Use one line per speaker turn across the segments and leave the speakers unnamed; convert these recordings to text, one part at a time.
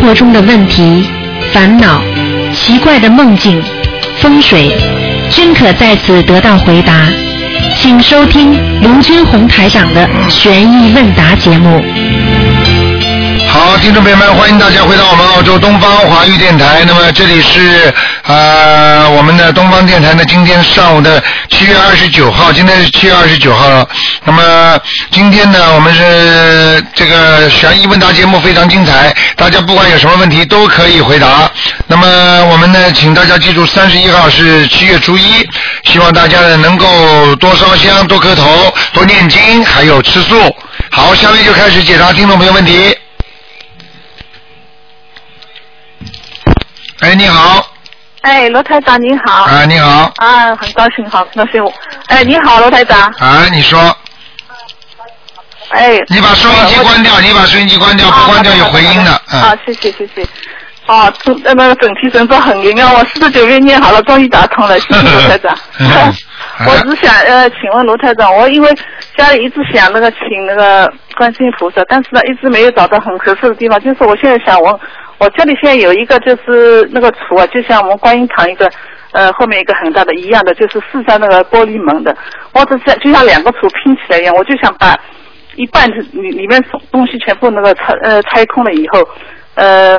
活中的问题、烦恼、奇怪的梦境、风水，均可在此得到回答。请收听卢军红台长的《悬疑问答》节目。
好，听众朋友们，欢迎大家回到我们澳洲东方华语电台。那么这里是呃我们的东方电台呢，今天上午的七月二十九号，今天是七月二十九号了。那么今天呢，我们是这个悬疑问答节目非常精彩，大家不管有什么问题都可以回答。那么我们呢，请大家记住，三十一号是七月初一，希望大家呢能够多烧香、多磕头、多念经，还有吃素。好，下面就开始解答听众朋友问题。哎，你好，
哎，罗台长您好。
啊，你好，嗯
啊，很高兴，好高兴。哎，你好，罗台长。
啊，你说，
哎。
你把收音机关掉，你把收音机关掉，不关掉有回音的，嗯，。
啊，谢谢谢谢。哦，整呃那个整体神咒很灵啊，我四十九遍念好了，终于打通了，谢谢罗台长
嗯
我只想呃，请问罗台长，我因为家里一直想那个请那个观世音菩萨，但是呢一直没有找到很合适的地方，就是我现在想我我家里现在有一个就是那个橱啊，就像我们观音堂一个呃后面一个很大的一样的，就是四扇那个玻璃门的，我只想就像两个橱拼起来一样，我就想把一半是里里面东西全部那个拆呃拆空了以后，呃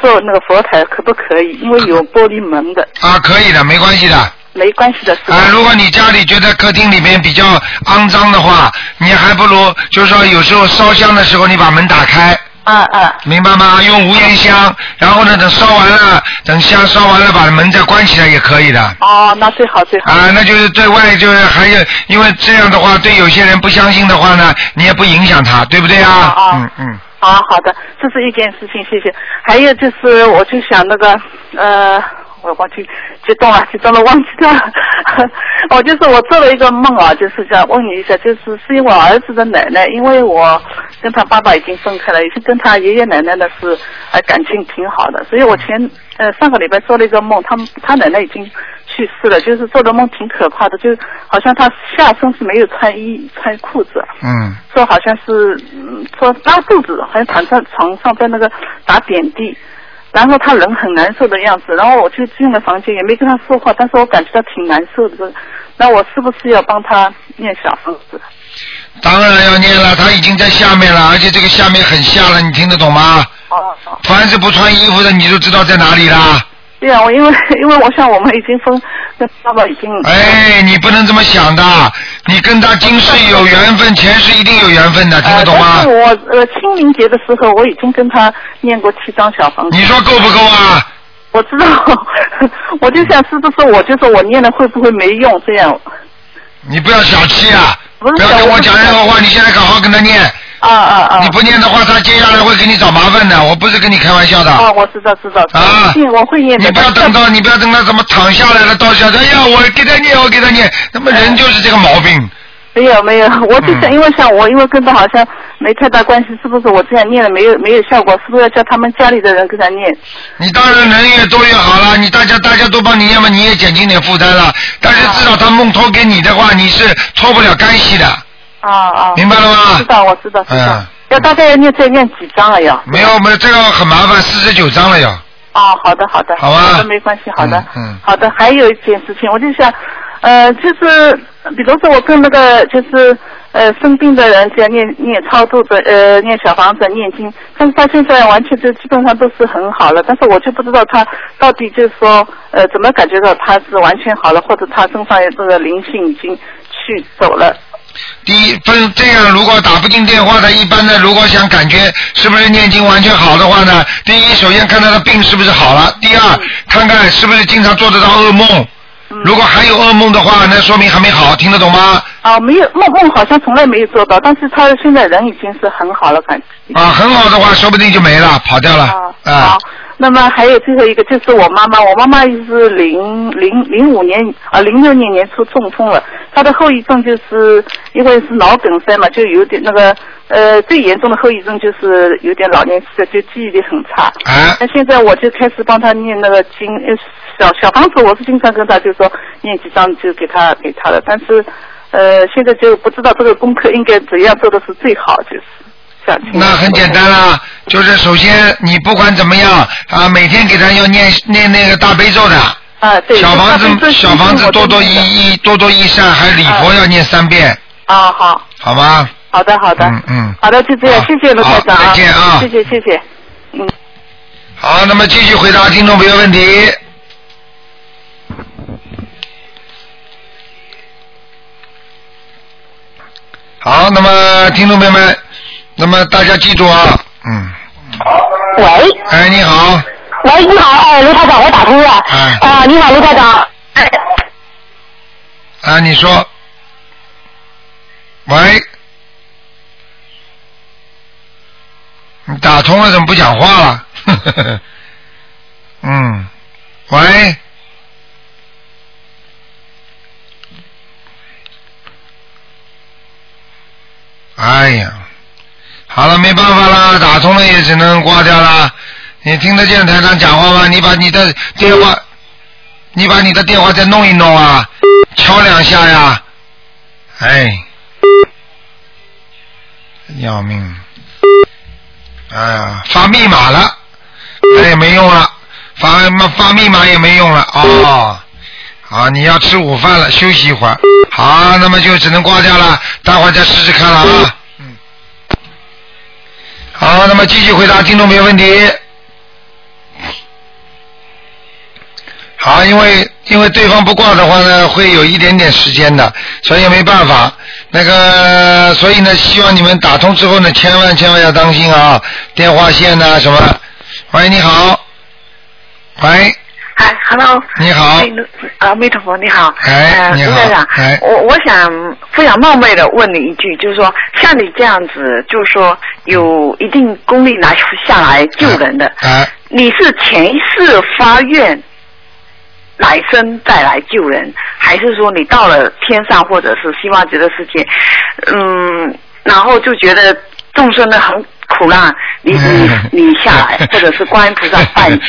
做那个佛台可不可以？因为有玻璃门的，
啊，可以的，没关系的，啊，
没关系的是吧？
如果你家里觉得客厅里面比较肮脏的话，你还不如就是说有时候烧香的时候你把门打开，
啊啊
明白吗？用无烟香，然后呢，等烧完了，等香烧完了，把门再关起来也可以的。
哦，那最好最好。
啊，那就是对外就是还有，因为这样的话，对有些人不相信的话呢，你也不影响他，对不对啊？
啊啊
嗯嗯。
啊，好的，这是一件事情，谢谢。还有就是，我就想那个，呃，我忘记激动啊了，激动了，忘记掉 了。我就是我做了一个梦啊，就是想问你一下，就是是因为我儿子的奶奶，因为我跟他爸爸已经分开了，也是跟他爷爷奶奶呢是呃感情挺好的，所以我前呃上个礼拜做了一个梦，他们他奶奶已经去世了，就是做的梦挺可怕的，就好像他下身是没有穿衣穿裤子啊。
嗯，
说好像是嗯说拉肚子，好像躺在床上被那个打点滴，然后他人很难受的样子，然后我就进了房间，也没跟他说话，但是我感觉到挺难受的。那我是不是要帮他念小房子？
当然要念了，他已经在下面了，而且这个下面很下了，你听得懂吗？
哦哦，
凡是不穿衣服的，你就知道在哪里啦。
对啊，我因为 因为我想我们已经分，跟爸爸已经
哎，你不能这么想的，你跟他今世有缘分，前世一定有缘分的，听得懂
呃、但
吗
是？我呃清明节的时候我已经跟他念过七张小房子，
你说够不够啊？
我知道， 我就想是不是我就说我念了会不会没用这样
你不要小气啊！
不是
不要跟我讲任何话，你现在好好跟他念。
啊啊啊！
你不念的话，他接下来会给你找麻烦的。我不是跟你开玩笑的。
哦，我知道知道，
啊
信我会念的。
你不要等到你不要等到怎么躺下来了，到下来，哎呀，我给他念，我给他念，那么
哎
人就是这个毛病。
没有没有，我就想，
嗯
因为像我，因为跟他好像没太大关系，是不是？我这样念了没有没有效果，是不是要叫他们家里的人跟他念？
你当然人越多越好了，你大家大家都帮你念嘛，你也减轻点负担了。但是至少他梦托给你的话，你是脱不了干系的，
啊啊，
明白了
知
吗？
道我知道知道
嗯。
要大概要念再念几张了要？
没有没有，这个很麻烦，四十九章了要。
哦，好的好的，
好吧啊
好的没关系，好的，
嗯嗯
好的。还有一件事情，我就想，呃，就是比如说我跟那个就是呃生病的人这样念念超度的呃念小房子念经，但是他现在完全就基本上都是很好了，但是我就不知道他到底就是说呃怎么感觉到他是完全好了，或者他身上有这个灵性已经去走了。
第一，分这样，如果打不进电话的，一般的，如果想感觉是不是念经完全好的话呢，第一，首先看他的病是不是好了；第
嗯
二，看看是不是经常做得到噩梦。如果还有噩梦的话，那说明还没好，听得懂吗？
啊，没有梦梦好像从来没有做到，但是他现在人已经是很好了，感觉。
啊，很好的话，
嗯
说不定就没了，跑掉了。
好
啊，，
那么还有最后一个就是我妈妈，我妈妈是零零零五年啊零六年年初中风了，她的后遗症就是因为是脑梗塞嘛，就有点那个呃最严重的后遗症就是有点老年痴呆，就记忆力很差。
哎，
那现在我就开始帮她念那个经，呃小小房子我是经常跟她就说念几张就给她给她了，但是呃现在就不知道这个功课应该怎样做的是最好，就是下？请
那很简单啦，就是首先你不管怎么样啊，每天给他要念念那个大悲咒的，
啊，对，
小
那
房
边
子
最
小房子多多益
一
益多多益善，还有礼佛要念三遍，
啊，好，
好吗？
好的，好的，
嗯嗯
好的，就这样，
好
谢谢卢台长
好再见啊
谢谢，谢谢，嗯。
好，那么继续回答听众朋友问题。好，那么听众朋友们，那么大家记住啊，嗯，
喂，
哎，你好，
喂，你好，哎，卢台长，我打通了。
哎
啊，你好，卢台长。哎
啊，你说，喂，你打通了怎么不讲话了？ 嗯，喂，哎呀，好了，没办法啦，打通了也只能挂掉啦。你听得见台长讲话吗？你把你的电话，你把你的电话再弄一弄啊，敲两下呀。哎，要命！哎呀，发密码了，那也没用了，发发密码也没用了哦。好，你要吃午饭了，休息一会儿。好，那么就只能挂掉了，待会儿再试试看了啊。嗯。好，那么继续回答听众朋友问题。好，因为因为对方不挂的话呢，会有一点点时间的，所以没办法。那个，所以呢，希望你们打通之后呢，千万千万要当心啊，电话线呐、什么。喂，你好。喂，
哎，Hello。
你好
哎。卢阿弥陀佛，你好。
哎
呃
你好
卢台长
哎
我我想非常冒昧的问你一句，就是说，像你这样子，就是说有一定功力拿下来救人的，
哎，
你是前世发愿，来生再来救人，还是说你到了天上或者是希望极乐世界，嗯，然后就觉得众生呢很苦难，你 你你下来，或者是观音菩萨派你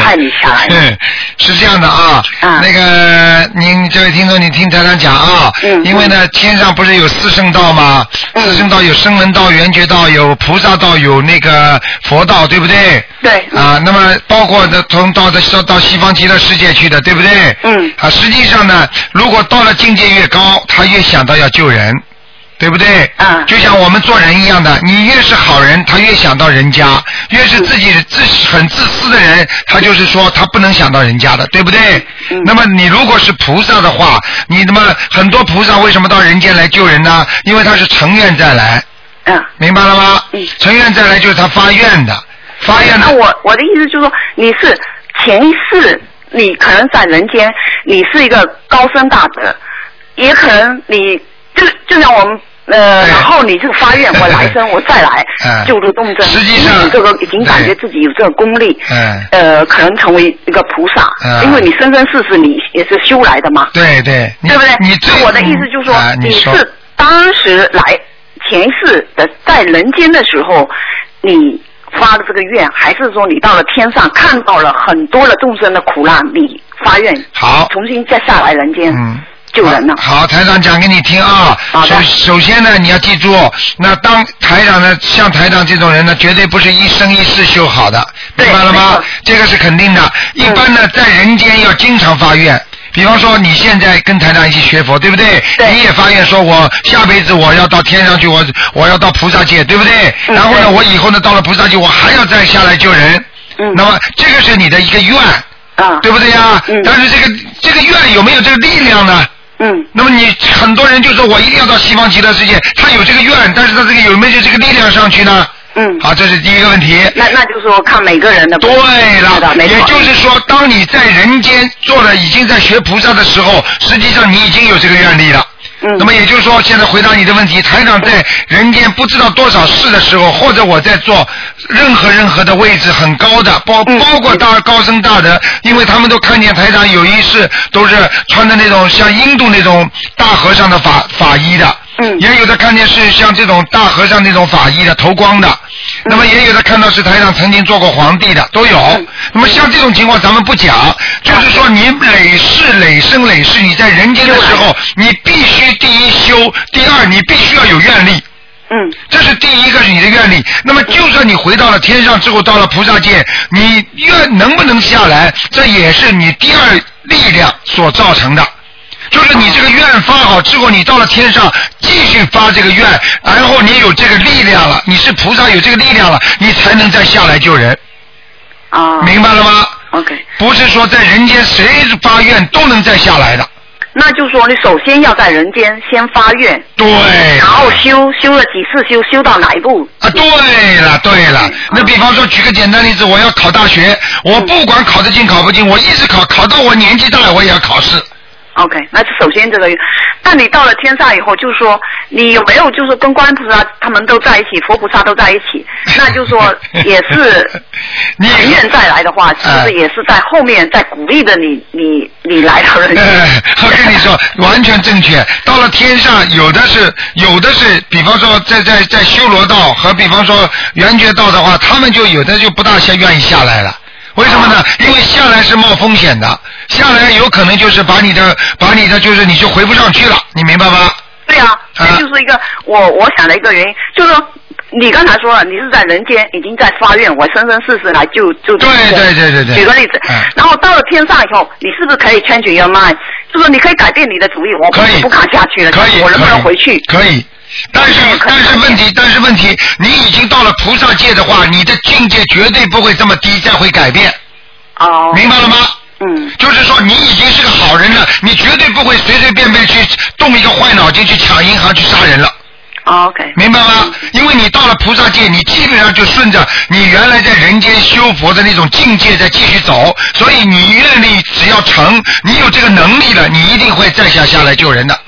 派你下来。
是这样的啊，
嗯
那个您这位听众，你听台长讲啊，
嗯
因为呢，天上不是有四圣道吗？
嗯
四圣道有声闻道、缘觉道、有菩萨道、有那个佛道，对不对？
对，
啊，那么包括呢，从到的到到西方极乐世界去的，对不对？
嗯
啊，实际上呢，如果到了境界越高，他越想到要救人，对不对？
嗯
就像我们做人一样的，你越是好人，他越想到人家；越
嗯
是自己自很自私的人，他就是说他不能想到人家的，对不对？
嗯
那么你如果是菩萨的话，你他妈很多菩萨为什么到人间来救人呢？因为他是成愿再来，
嗯。
明白了吗？
嗯
成愿再来就是他发愿的，发愿的
那。我哎我的意思就是说，你是前世，你可能在人间，你是一个高僧大德，也可能你就就像我们。呃，
对
然后你这个发愿，我 来生我再来
嗯
救度众生。
实际
因为
上
你这个已经感
对
觉自己有这个功力，
嗯
呃，可能成为一个菩萨，
嗯
因为你生生世世你也是修来的嘛，
对对，你
对不对？
你最
那我的意思就是说，
啊、你说
是当时来前世的在人间的时候，你发的这个愿，还是说你到了天上看到了很多的众生的苦难，你发愿
好，
重新再下来人间、
嗯。
救人呢？
好，好台长讲给你听啊。
好
首
的
首先呢，你要记住，那当台长呢，像台长这种人呢，绝对不是一生一世修好的，明
对
白了
没
吗
错？嗯
这个是肯定的。一般呢，在人间要经常发愿。比方说，你现在跟台长一起学佛，对不对？
对
你也发愿说，我下辈子我要到天上去，我我要到菩萨界，对不对？
嗯
然后呢，
对
我以后呢，到了菩萨界，我还要再下来救人。
嗯
那么这个是你的一个愿，
啊，
对不对呀？
嗯
但是这个这个愿有没有这个力量呢？
嗯，
那么你很多人就说我一定要到西方极乐世界，他有这个愿，但是他这个有没有这个力量上去呢？
嗯
好，这是第一个问题。
那那就是说看每个人的
对
是
了
的，没错
也就是说，当你在人间做了已经在学菩萨的时候，实际上你已经有这个愿力了。
嗯
那么也就是说，现在回答你的问题，台长在人间不知道多少事的时候，或者我在做任何任何的位置很高的，包
嗯
包括大高僧大德，因为他们都看见台长有一世都是穿的那种像印度那种大和尚的法法衣的，
嗯
也有的看见是像这种大和尚那种法医的头光的，
嗯
那么也有的看到是台上曾经做过皇帝的都有。
嗯
那么像这种情况咱们不讲，就是说你累世累生累世你在人间的时候，你必须第一修，第二你必须要有愿力。
嗯
这是第一个你的愿力。那么，就算你回到了天上之后，到了菩萨界，你愿能不能下来，这也是你第二力量所造成的。就是你这个愿发好之后，你到了天上继续发这个愿，然后你有这个力量了，你是菩萨有这个力量了，你才能再下来救人，
啊
明白了吗？
，OK，
不是说在人间谁发愿都能再下来的。
那就说你首先要在人间先发愿，
对。
然后修修了几次修，修到哪一步？
啊，对了对了，那比方说举个简单例子，我要考大学，我不管考得进考不进，我一直考，考到我年纪大了我也要考试。
OK，那是首先这个，但你到了天上以后，就是说你有没有就是跟观音菩萨他们都在一起，佛菩萨都在一 起，那就是说也是
你
人愿再来的话，是不
哎
是也是在后面在鼓励着你，你你来 到人间？
呃，我跟你说，完全正确。到了天上，有的是，有的是，比方说在在在修罗道和比方说圆觉道的话，他们就有的就不大下愿意下来了。为什么
啊
呢？因为下来是冒风险的，下来有可能就是把你的把你的就是你就回不上去了，你明白吗？
对啊，这
啊
就是一个我我想的一个原因，就是说你刚才说了，你是在人间已经在发愿，我生生世世来救救这个人
对对对对对
举个例子，
嗯
然后到了天上以后，你是不是可以 change your mind？就是你可以改变你的主意，我不
可以
不看下去了，
可以，
我能不能
可以
回去？嗯
可以。但是
可以
但是问题，但是问题，你已经到了菩萨界的话，你的境界绝对不会这么低，再会改变，
哦，
明白了吗？
嗯
就是说，你已经是个好人了，你绝对不会随随便便去动一个坏脑筋去抢银行去杀人了，
哦，OK，
明白吗？因为你到了菩萨界，你基本上就顺着你原来在人间修佛的那种境界在继续走，所以你愿力只要成，你有这个能力了，你一定会再下下来救人的，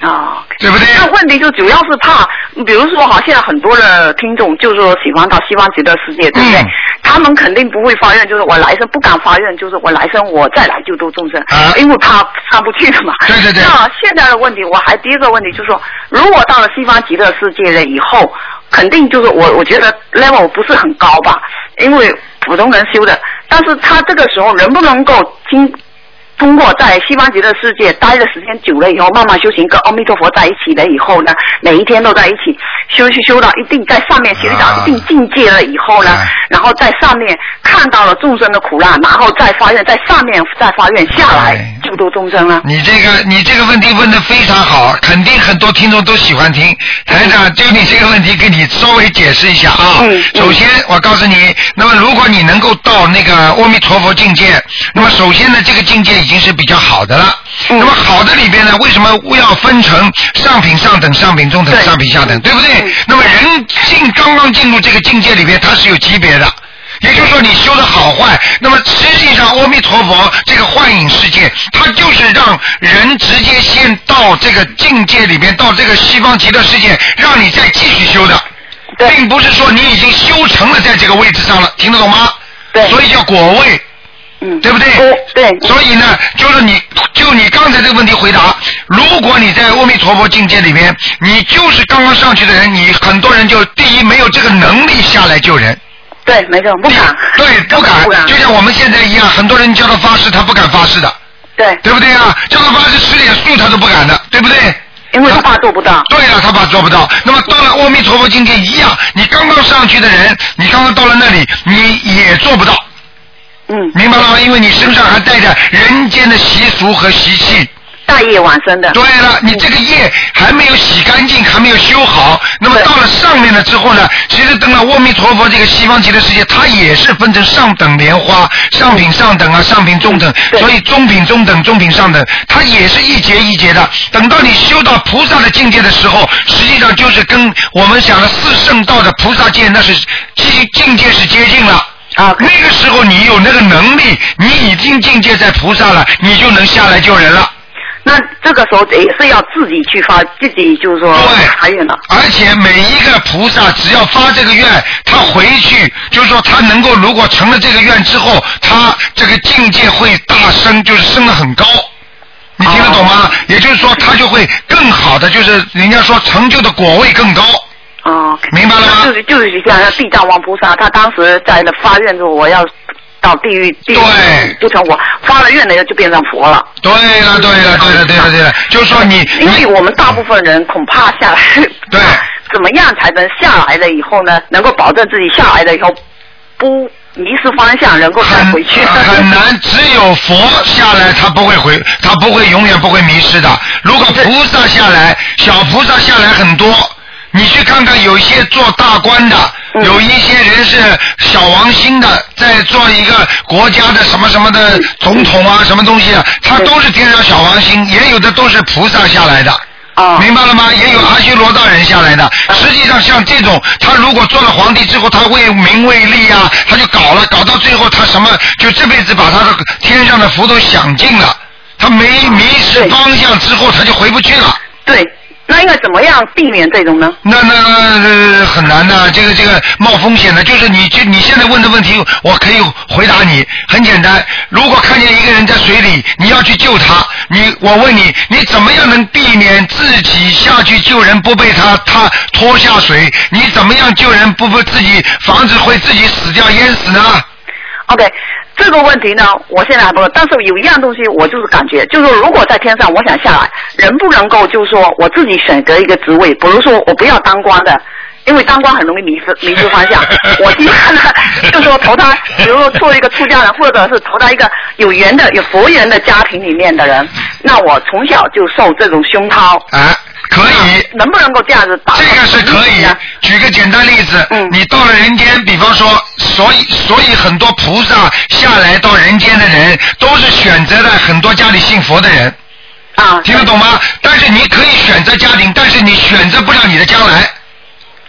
哦，OK。
啊对不对？
那问题就主要是怕，比如说，好，现在很多的听众就是说喜欢到西方极乐世界，对不对？
嗯
他们肯定不会发愿，就是我来生不敢发愿，就是我来生我再来救度众生，
啊
因为怕上不去了嘛。
对对对
那现在的问题，我还第一个问题就是说，如果到了西方极乐世界了以后，肯定就是我我觉得 level 不是很高吧，因为普通人修的，但是他这个时候能不能够经通过在西方极乐世界待的时间久了以后，慢慢修行，跟阿弥陀佛在一起了以后呢，每一天都在一起修修修到一定在上面修
啊
到一定境界了以后呢，
哎
然后在上面看到了众生的苦难，然后再发愿，在上面再发愿下
哎
来救度众生呢？
你这个你这个问题问的非常好，肯定很多听众都喜欢
嗯
听。台长就你这个问题，给你稍微解释一下啊。
嗯嗯
首先，我告诉你，那么如果你能够到那个阿弥陀佛境界，那么首先呢，这个境界已经是比较好的了。
嗯
那么好的里边呢，为什么要分成上品、上等、上品、中等、
对
上品、下等，对不对？
嗯
那么人进刚刚进入这个境界里边，它是有级别的。也就是说，你修的好坏，那么实际上阿弥陀佛这个幻影世界，它就是让人直接先到这个境界里面，到这个西方极乐世界，让你再继续修的，
对
并不是说你已经修成了在这个位置上了，听得懂吗？
对
所以叫果位，
嗯，
对不对？
对对
所以呢，就是你就你刚才这个问题回答，如果你在阿弥陀佛境界里面，你就是刚刚上去的人，你很多人就第一没有这个能力下来救人。
对，没错，不敢，
对，不敢，
不敢
就像我们现在一样，很多人叫他发誓，他不敢发誓的，
对，
对不对啊？叫他发誓吃点素，他都不敢的，对不对？
因为他怕做不到。
对啊了，他怕做不到。那么到了阿弥陀佛境界一样，你刚刚上去的人，你刚刚到了那里，你也做不到，
嗯，
明白了吗？因为你身上还带着人间的习俗和习气。
大业晚生的。嗯
对了，你这个业还没有洗干净，还没有修好，那么
对
到了上面了之后呢，其实等到阿弥陀佛这个西方极乐世界，它也是分成上等莲花、上品上等啊、上品中等，
嗯对
所以中品中等、中品上等，它也是一节一节的。等到你修到菩萨的境界的时候，实际上就是跟我们讲的四圣道的菩萨界，那是境境界是接近了。
啊，
那个时候你有那个能力，你已经境界在菩萨了，你就能下来救人了。
那这个时候也是要自己去发，自己就是说
对
发愿了。
而且每一个菩萨只要发这个愿，他回去就是说他能够如果成了这个愿之后，他这个境界会大升，就是升得很高。你听得懂吗？也就是说，他就会更好的，就是人家说成就的果位更高。
哦，
明白了吗
就是就是像那地藏王菩萨，他当时在那发愿说我要到地狱，地狱
对
就成我发了愿了就变成佛了。
对了，对了，对了，对了，对了，就是说你，
因
你
为我们大部分人恐怕下来，
对
怎么样才能下来了以后呢？能够保证自己下来了以后不迷失方向，能够再
很
回去？
很难，只有佛下来，他不会回，他不会永远不会迷失的。如果菩萨下来，小菩萨下来很多，你去看看，有一些做大官的，有一些人是小王星的，在做一个国家的什么什么的总统啊，什么东西的，他都是天上小王星，也有的都是菩萨下来的。
啊
明白了吗？也有阿修罗道人下来的。实际上，像这种，他如果做了皇帝之后，他为名为利啊，他就搞了，搞到最后，他什么就这辈子把他的天上的福都享尽了，他没迷失
啊对
方向之后，他就回不去了。
对，那应该怎么样避免这种呢？
那那、呃很难的，这个这个冒风险的，就是你就你现在问的问题，我可以回答你，很简单。如果看见一个人在水里，你要去救他，你我问你，你怎么样能避免自己下去救人不被他他拖下水？你怎么样救人不不自己防止会自己死掉淹死呢？
OK，这个问题呢，我现在还不，但是有一样东西，我就是感觉，就是说如果在天上，我想下来，能不能够就是说我自己选择一个职位，比如说我不要当官的。因为当官很容易迷失迷失方 向，我一般呢就是说投胎，比如说做一个出家人，或者是投胎一个有缘的、有佛缘的家庭里面的人，那我从小就受这种熏陶，
啊，可以。
能不能够这样子打？
这个是可以。举个简单例子，
嗯
你到了人间，比方说，所以所以很多菩萨下来到人间的人，都是选择了很多家里信佛的人，
啊，
听得懂吗？但是你可以选择家庭，但是你选择不了你的将来，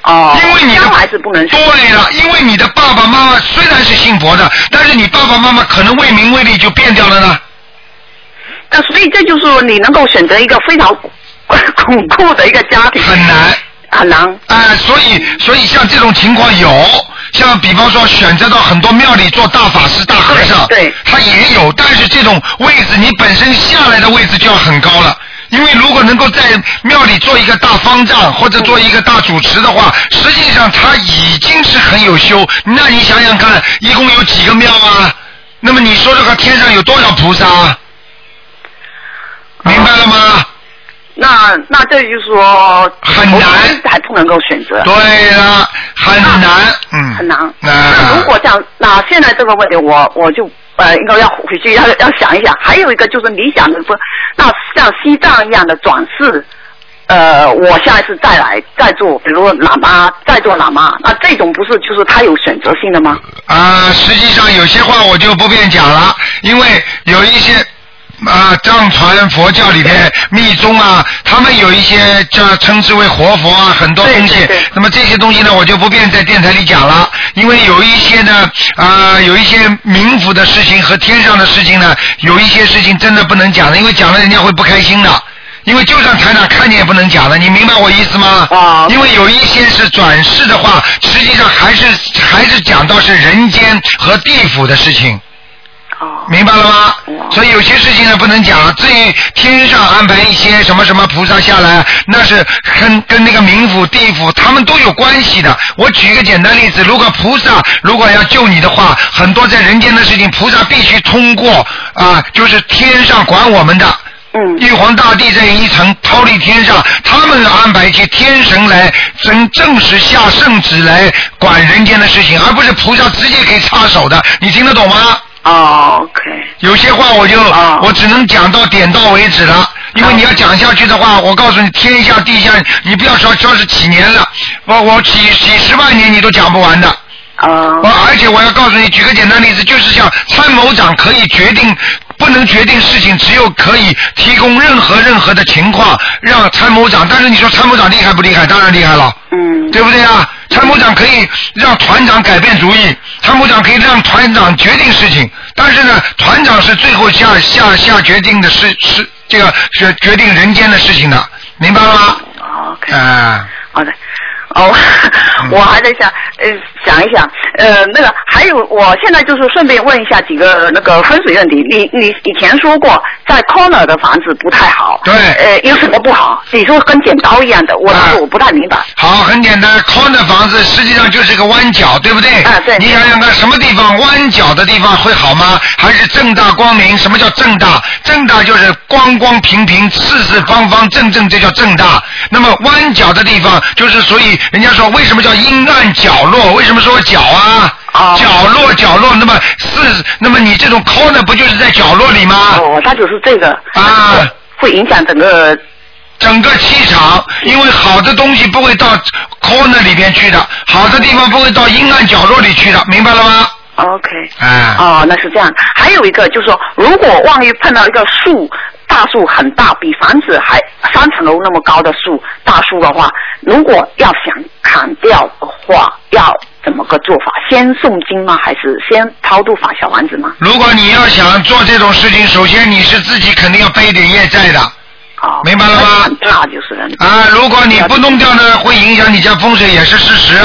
哦，
因为你的
将来是不能说
对了，因为你的爸爸妈妈虽然是信佛的，但是你爸爸妈妈可能为名为利就变掉了呢。
那所以这就是说你能够选择一个非常 巩固的一个家庭，
很难，
很难。
哎、所以所以像这种情况有，像比方说选择到很多庙里做大法师、大和尚，
对对
他也有，但是这种位置你本身下来的位置就要很高了。因为如果能够在庙里做一个大方丈或者做一个大主持的话，实际上他已经是很有修。那你想想看，一共有几个庙啊？那么你说这个天上有多少菩萨啊？明白了吗？
那那这就是说
很难
还不能够选择，啊
对了，很难，嗯，
很难。
那
那如果这样，那现在这个问题我我就呃应该要回去要要想一想。还有一个就是理想的不，那像西藏一样的转世。呃，我下一次再来再做，比如喇嘛再做喇嘛，那这种不是就是他有选择性的吗？
啊、实际上有些话我就不便讲了，因为有一些啊、藏传佛教里边密宗啊，他们有一些叫称之为活佛啊，很多
对
东西。
对对
那么这些东西呢，我就不便在电台里讲了，因为有一些呢，啊、有一些冥府的事情和天上的事情呢，有一些事情真的不能讲的，因为讲了人家会不开心的。因为就算台长看见也不能讲的，你明白我意思吗？
啊
因为有一些是转世的话，实际上还是还是讲到是人间和地府的事情。
哦，
明白了吗
嗯？
所以有些事情呢不能讲。至于天上安排一些什么什么菩萨下来，那是跟跟那个冥府、地府他们都有关系的。我举一个简单例子，如果菩萨如果要救你的话，很多在人间的事情，菩萨必须通过啊、就是天上管我们的。
嗯，
玉皇大帝这一层超立天上，他们安排去天神来正正式下圣旨来管人间的事情，而不是菩萨直接可以插手的。你听得懂吗？
哦，OK。
有些话我就、
啊
我只能讲到点到为止了，因为你要讲下去的话，我告诉你，天下地下，你不要说说是几年了，我我几几十万年你都讲不完的。
啊
我而且我要告诉你，举个简单例子，就是像参谋长可以决定，不能决定事情，只有可以提供任何任何的情况让参谋长。但是你说参谋长厉害不厉害？当然厉害了。
嗯，
对不对啊？参谋长可以让团长改变主意，参谋长可以让团长决定事情，但是呢，团长是最后下下下决定的事事，这个是决定人间的事情的，明白了吗？
哦，OK，
啊、
好的。哦， 我还在想，呃，想一想，呃，那个还有，我现在就是顺便问一下几个那个风水问题。你你以前说过，在 corner 的房子不太好，
对
呃，有什么不好？你说跟剪刀一样的，我
啊
那个我不太明白。
好，很简单，corner 房子实际上就是个弯角，对不对？
啊对
你想想看，什么地方弯角的地方会好吗？还是正大光明？什么叫正大？正大就是光光平平、四四方方、正正，这叫正大。那么弯角的地方，就是所以人家说为什么叫阴暗角落？为什么说角啊？
哦
角落，角落，那么四，那么你这种 corner 不就是在角落里吗？
哦，那就是这个
啊，
会影响整个
整个气场，因为好的东西不会到 corner 里边去的，好的地方不会到阴暗角落里去的，明白了吗？
OK。
哎、
哦，那是这样。还有一个就是说，如果万一碰到一个树，大树很大，比房子还三层楼那么高的树，大树的话，如果要想砍掉的话，要怎么个做法？先诵经吗？还是先超度法小丸子吗？
如果你要想做这种事情，首先你是自己肯定要背一点业债的
哦，
明白了吗
很大就是 了。
啊。如果你不弄掉呢，会影响你家风水，也是事实。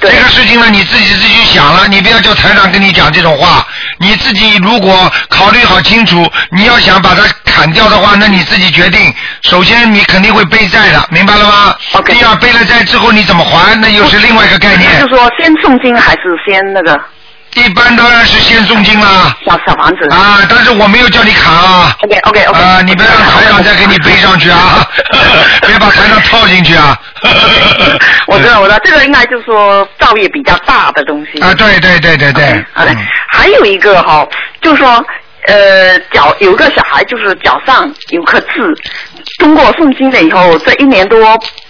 这
对
个事情呢，你自己自己想了，你不要叫台长跟你讲这种话。你自己如果考虑好清楚，你要想把它砍掉的话，那你自己决定。首先，你肯定会背债的，明白了吗
OK
第二，背了债之后你怎么还，那又是另外一个概
那
念
就。说先诵经还是先那个
一般当然是先诵经啦，
小小房子？
啊，但是我没有叫你砍啊。
OK OK OK。
啊，你不要让台长再给你背上去 啊！别把台长套进去啊！
我知道，我知道，这个应该就是说造业比较大的东西。
啊，对对对对对，
好嘞
嗯，
还有一个哈、就说呃脚有一个小孩，就是脚上有颗痣，通过诵经了以后，这一年多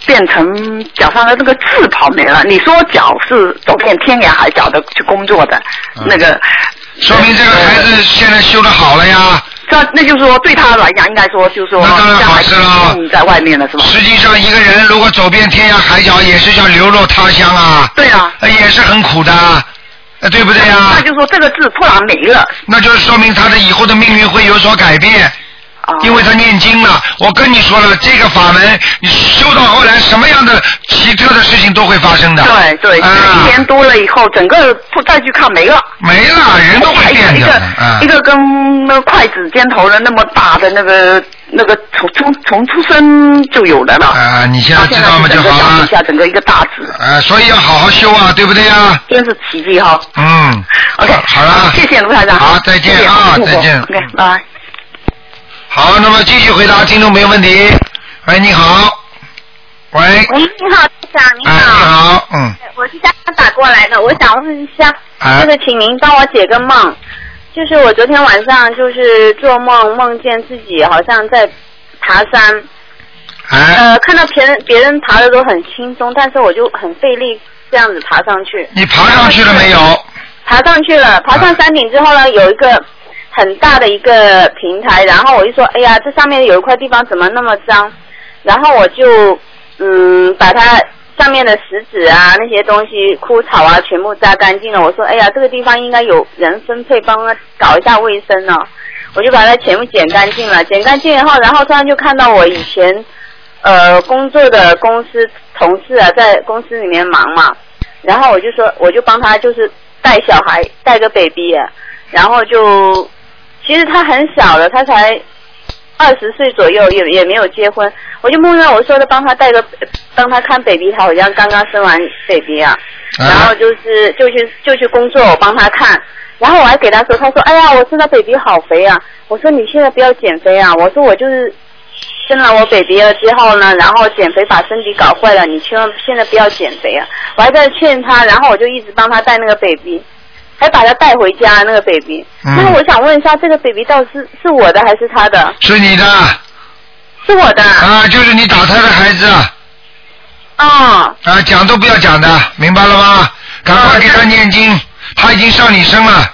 变成脚上的那个痣跑没了。你说脚是走遍天涯海角的去工作的，那个
嗯说明这个孩子现在修的好了呀。
这那就是说对他来讲，应该说就是说
那当然
将
好
来
事了
嗯在外面了是吧？
实际上，一个人如果走遍天涯海角，也是想流落他乡啊，
对啊，
呃也是很苦的，呃对不对啊
那？就说这个痣突然没了，
那就是说明他的以后的命运会有所改变。
啊、
因为他念经了，我跟你说了，这个法门你修到后来，什么样的奇特的事情都会发生的。
对对，
啊、
一年多了以后，整个不再去看没了。
没了，人都会变
一
的
个、
啊
一。个跟那筷子尖头的那么大的那个那个从从从出生就有的了。
啊，你现
到
在
现
知道吗？就
整个
好
脚
了
底。下整个一个大字，
啊，所以要好好修啊，对不对啊？
真是奇迹哈、
嗯。
OK，
好了。
谢谢卢台长。
好再见啊再见
OK，拜。
好，那么继续回答听众朋友问题。喂，你好。喂。
喂，你好，台长，你
哎，
好，
你好，嗯，
我是家长打过来的，我想问一下，
哎
就是请您帮我解个梦，就是我昨天晚上就是做梦，梦见自己好像在爬山，
哎，
呃，看到别人别人爬的都很轻松，但是我就很费力这样子爬上去，
你爬上去了没有？啊
爬上去了，爬上山顶之后呢，有一个很大的一个平台，然后我就说，哎呀，这上面有一块地方怎么那么脏？然后我就嗯，把它上面的石子啊那些东西、枯草啊全部扎干净了。我说，哎呀，这个地方应该有人分配帮他搞一下卫生呢、我就把它全部剪干净了，剪干净以后，然后突然就看到我以前呃工作的公司同事啊，在公司里面忙嘛，然后我就说，我就帮他就是带小孩，带个 baby，、啊、然后就其实他很小的，他才二十岁左右，也也没有结婚。我就梦到我说的帮他带个，帮他看 baby，他好像刚刚生完 baby 啊，
啊
然后就是就去就去工作，我帮他看。然后我还给他说，他说：“哎呀，我生的 baby 好肥啊！”我说：“你现在不要减肥啊！”我说：“我就是生了我 baby 了之后呢，然后减肥把身体搞坏了，你千万现在不要减肥啊！”我还在劝他，然后我就一直帮他带那个 baby，还把他带回家那个 baby。
嗯
那我想问一下，这个 baby 到底是是我的还是他的？
是你的
是我的。
啊，就是你打胎的孩子啊，
哦，
讲都不要讲的，明白了吗？赶
哦
快给他念经，他已经上你身了。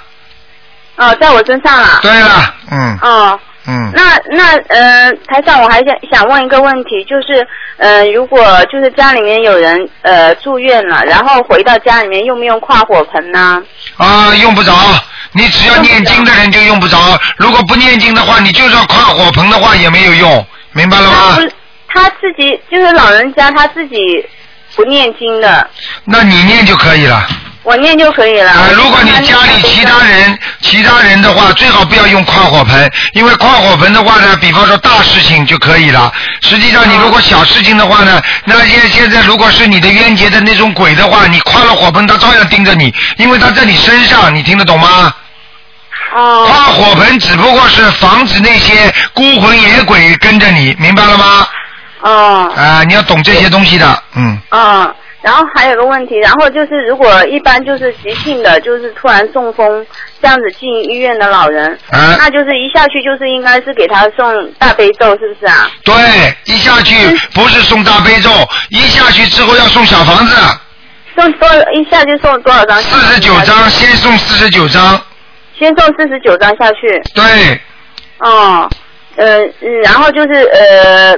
哦，在我身上了。
对了，嗯
哦，
嗯，
那那呃，台长，我还想想问一个问题，就是呃，如果就是家里面有人呃住院了，然后回到家里面用不用跨火盆呢？
啊，用不着。你只要念经的人就用不着，如果不念经的话，你就算跨火盆的话也没有用，明白了
他
吗
不？，他自己就是老人家他自己不念经的，
那你念就可以了。
我念就可以了。
啊，如果你家里其他人其他人的话，最好不要用跨火盆，因为跨火盆的话呢，比方说大事情就可以了。实际
嗯
上，你如果小事情的话呢，那现现在如果是你的冤结的那种鬼的话，你跨了火盆，他照样盯着你，因为他在你身上，你听得懂吗？
哦
跨火盆只不过是防止那些孤魂野鬼跟着你，明白了吗？
哦
啊，你要懂这些东西的，嗯。
嗯，然后还有个问题，然后就是如果一般就是急性的，就是突然中风这样子进医院的老人，
嗯
那就是一下去就是应该是给他送大悲咒，是不是啊？
对，一下去
嗯
不是送大悲咒，一下去之后要送小房子，
送多一下就送多少张？
四十九张，先送四十九张。
先送四十九张下去。
对，
哦，呃，嗯然后就是呃，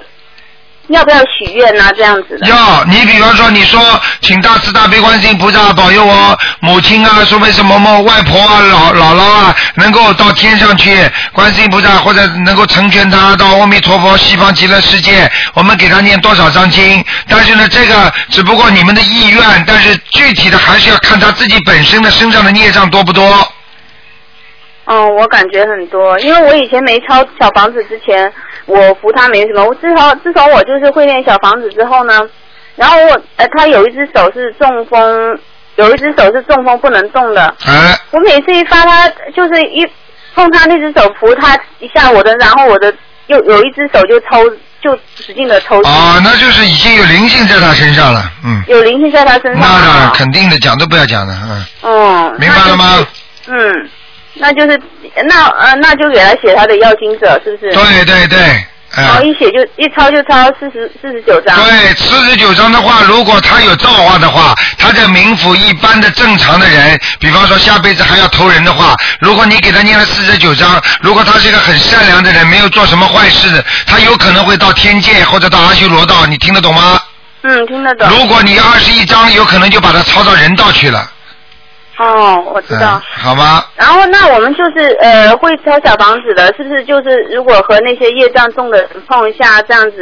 要不要许愿呐、这样子的。
要你比方说你说，请大慈大悲观世音菩萨保佑我母亲啊，说为什么我外婆啊、老姥姥啊，能够到天上去，观世音菩萨或者能够成全她到阿弥陀佛西方极乐世界，我们给她念多少张经？但是呢，这个只不过你们的意愿，但是具体的还是要看她自己本身的身上的孽障多不多。
哦，我感觉很多，因为我以前没抄小房子之前，我扶他没什么。我自从自从我就是会练小房子之后呢，然后我呃，他有一只手是中风，有一只手是中风不能动的。
哎，
我每次一发他，就是一碰他那只手扶他一下我的，然后我的又有一只手就抽，就使劲的抽，
啊，那就是已经有灵性在他身上了，嗯，
有灵性在他身上。啊
那当然肯定的，讲都不要讲的，嗯，
嗯，
明白了吗？
嗯，那就是那呃，那就给他写他的要经者，是不是？
对对对，
然
哎
后、一写就一抄就抄四十四十九张。
对，四十九章的话，如果他有造化的话，他在冥府一般的正常的人，比方说下辈子还要投人的话，如果你给他念了四十九章，如果他是一个很善良的人，没有做什么坏事的，他有可能会到天界或者到阿修罗道，你听得懂吗？
嗯，听得懂。
如果你二十一章，有可能就把他抄到人道去了，
哦，我知道
嗯。，好吗？
然后那我们就是呃会抄小房子的，是不是？就是如果和那些业障重的人碰一下这样子，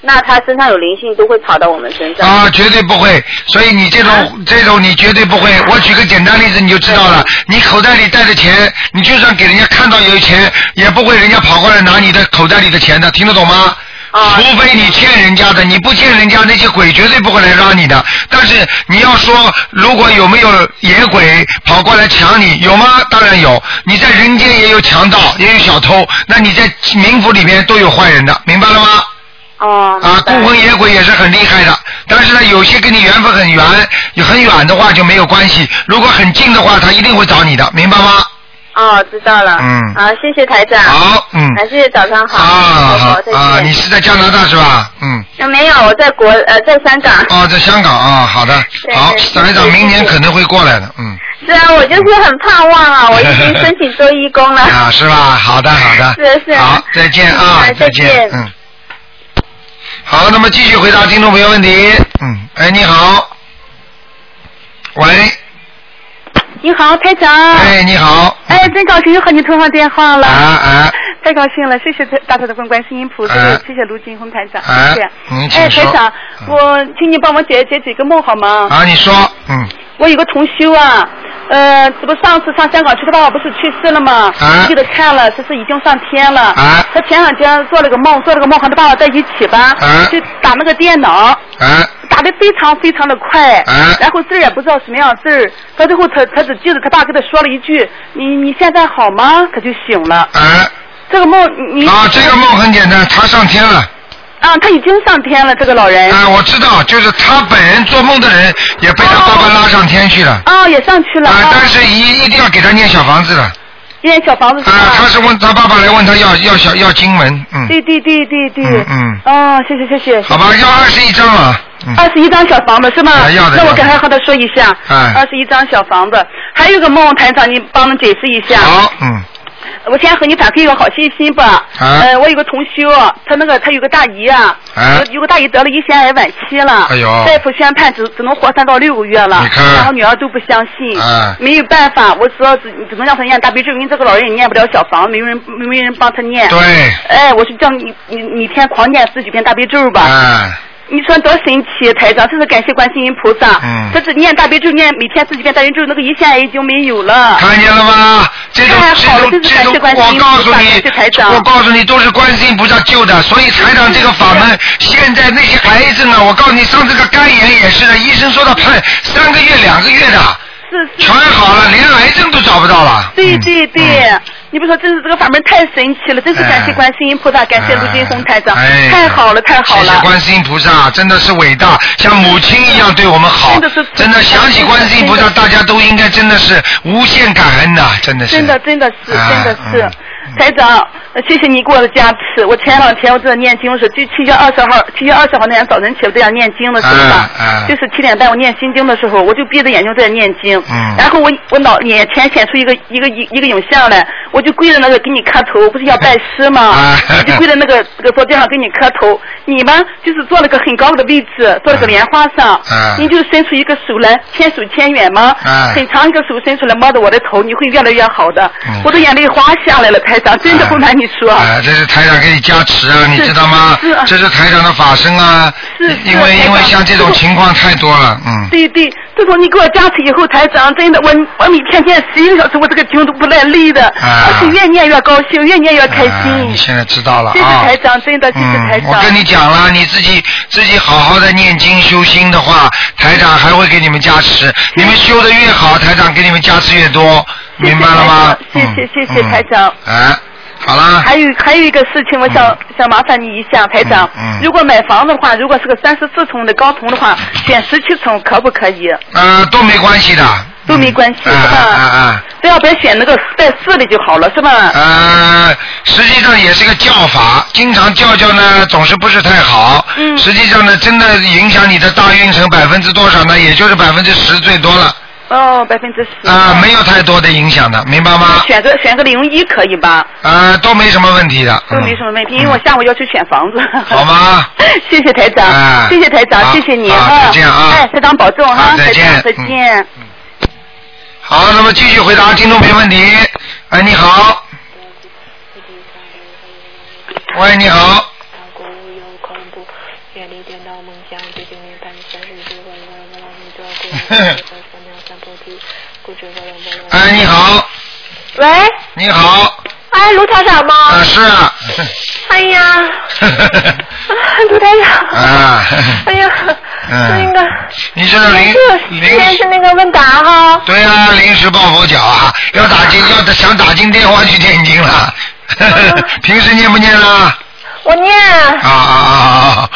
那他身上有灵性都会跑到我们身上。
啊，绝对不会。所以你这种这种你绝对不会。我举个简单例子你就知道了。你口袋里带着钱，你就算给人家看到有钱，也不会人家跑过来拿你的口袋里的钱的，听得懂吗？
啊
除非你欠人家的，你不欠人家，那些鬼绝对不会来拉你的。但是你要说，如果有没有野鬼跑过来抢你，有吗？当然有。你在人间也有强盗，也有小偷，那你在冥府里面都有坏人的，明白了吗？
哦。
啊，
明白
孤魂野鬼也是很厉害的，但是呢，有些跟你缘分很远，有很远的话就没有关系，如果很近的话，他一定会找你的，明白吗？
哦，知道了。
嗯
好，谢谢台长。。
好，嗯，
感谢早上好。
啊
婆婆
好
再
啊，
见
你是在加拿大是吧？嗯，
呃没有，我在国呃在香港。
哦，在香港啊，好的，
对
好
对，
台长
谢谢
明年
谢谢
可能会过来的，嗯，
是啊，我就是很盼 望啊，我已经申请做义工了。
啊，是吧？好的，好的，
是是
好，再见啊
啊，再
见
见，
嗯。好，那么继续回答听众朋友问题。嗯，哎，你好，喂，
你好，台长。
哎，你好，
哎，真高兴又和你通上电话了，
啊啊，
太高兴了！谢谢大慈大悲观世音菩萨，
哎
谢谢卢金红台长，
哎
谢谢。
您请
哎，
说
台长，
嗯
我请你帮我解解几个梦好吗？
啊，你说，嗯，
我有个同修啊，呃，这不上次上香港去，他爸爸不是去世了吗？
啊
我给他看了，这是已经上天了。
啊
他前两天做了个梦，做了个梦和他爸爸在一起吧，
啊
就打那个电脑。
啊
打得非常非常的快，
啊
然后字儿也不知道什么样字儿，到最后他他只记得他爸跟他说了一句：“你你现在好吗？”他就醒了。
啊
这个梦你
啊，这个梦很简单，他上天了。
啊，他已经上天了，这个老人
啊，我知道，就是他本人做梦的人也被他爸爸拉上天去了。
啊也上去了
啊，
啊
但，是一一定要给他念小房子了。啊，
念小房子是
他
吧？
是问他爸爸来问他要要小要经文，嗯，
对对对对对
嗯，嗯
啊，谢谢谢谢。
好吧，要二十一张啊，嗯，
二十一张小房子是吗
啊要的？
那
要
我
的
赶快和他说一下，
哎
二十一张小房子，还有一个梦，台长你帮忙解释一下。
好，嗯
我先和你反馈一个好信息吧。
啊
呃，我有个同修，他那个他有个大姨啊，
啊
有有个大姨得了胰腺癌晚期了。
哎呦
大夫宣判只只能活三到六个月了。
你看
然后女儿都不相信。
啊
没有办法，我只要只只能让她念大悲咒，因为这个老人也念不了小房，没有人没有人帮他念。
对，
哎，我就叫你你你先狂念四十九遍大悲咒吧。
啊，
你说多神奇，台长，这是感谢观世音菩萨。
嗯
这是念大悲咒，念每天四十遍大悲咒，那个一下已经没有了。
看见了吗？这种
太好了
这种
这是
这种，
感谢观世
我
音
告
菩
诉
萨感谢台
你，
长
我告诉你，都是观世音菩萨救的。所以台长这个法门，现在那些癌症啊，我告诉你，上次个肝炎也是的，医生说他判三个月、两个月的，
是是。
全好了，连癌症都找不到了。
对
嗯
对对，
嗯
你不说，真是这个法门太神奇了，真是感谢
哎
观世音菩萨，感谢卢军红台长，
哎
太好了，太好
谢谢
了。
观世音菩萨，真的是伟大，像母亲一样对我们好。
真的是
真的想起观世音菩萨，
真的
大家都应该真的是无限感恩呐、真的是。
真的真的是
哎
真的是
嗯，
台长，呃谢谢你给我的加持。我前两天我正在念经的时候，就七月二十号，七月二十号那天早晨起来我在念经的时候吧
哎哎，
就是七点半我念心经的时候，我就闭着眼睛在念经
嗯，
然后我我脑眼前显出一个一个一一个影像来，我就跪着那个给你磕头，不是要拜师吗
哎？
我就跪在那个这个桌垫上给你磕头，你吧就是坐了个很高的位置，坐了个莲花上
哎，
你就伸出一个手来，千手千眼嘛
哎，
很长一个手伸出来摸着我的头，你会越来越好的
嗯。
我的眼泪哗下来了，台长，真的不瞒你说，
哎，这是台长给你加持啊，你知道吗
是啊？
这是台长的法身啊
是是，
因为
台长
因为像这种情况太多了，嗯。
对对，自从你给我加持以后，台长真的，我我每天念十一个小时，我这个经都不带累的，
啊
而且越念越高兴，越念越开
啊
心
你。现在知道了啊！
嗯谢谢台长真的谢谢台
嗯。
长
我跟你讲了，你自己自己好好的念经修心的话，台长还会给你们加持。你们修的越好，台长给你们加持越多，
谢谢
明白了吗？嗯
台长谢谢谢谢台长
哎、啊好了。
还有还有一个事情，我想、想麻烦你一下，台长。
嗯嗯嗯
如果买房的话，如果是个三十四层的高层的话，选十七层可不可以？
呃，都没关系的。
都没关系
嗯
是吧
啊啊啊！
只要别选那个带四的就好了，是吧？
呃，实际上也是个教法，经常教教呢，总是不是太好。
嗯
实际上呢，真的影响你的大运程百分之多少呢？也就是百分之十最多了，
哦，百分之十。
啊、没有太多的影响的，明白吗？
选个选个零一可以吧？
啊，都没什么问题的。
都没什么问题，因为我
嗯
下午要去选房子。
好 吗？
谢谢台长，
哎
谢谢台长，
嗯好
谢谢你
好
哈。
再见啊
哎，台长保重
好
哈，
再
台
见
长再
嗯
见。
好，那么继续回答听众朋友问题。哎，你好。喂，你好。
然后公务有恐怖，远离颠倒梦想，最近年半三十岁，我我我我你做故事，三藐三菩提，固执我我我。
哎，你好，
喂，
你好。
哎，卢台长吗？
啊，是啊。
哎呀， 卢台长。
啊。
哎呀，
嗯
那个，
你这是临
是今
临
天
时
是那个问答哈。
对啊，临时抱佛脚啊，要打进要想打进电话去念经了。 平时念不念啦？
我念，
啊啊啊啊啊！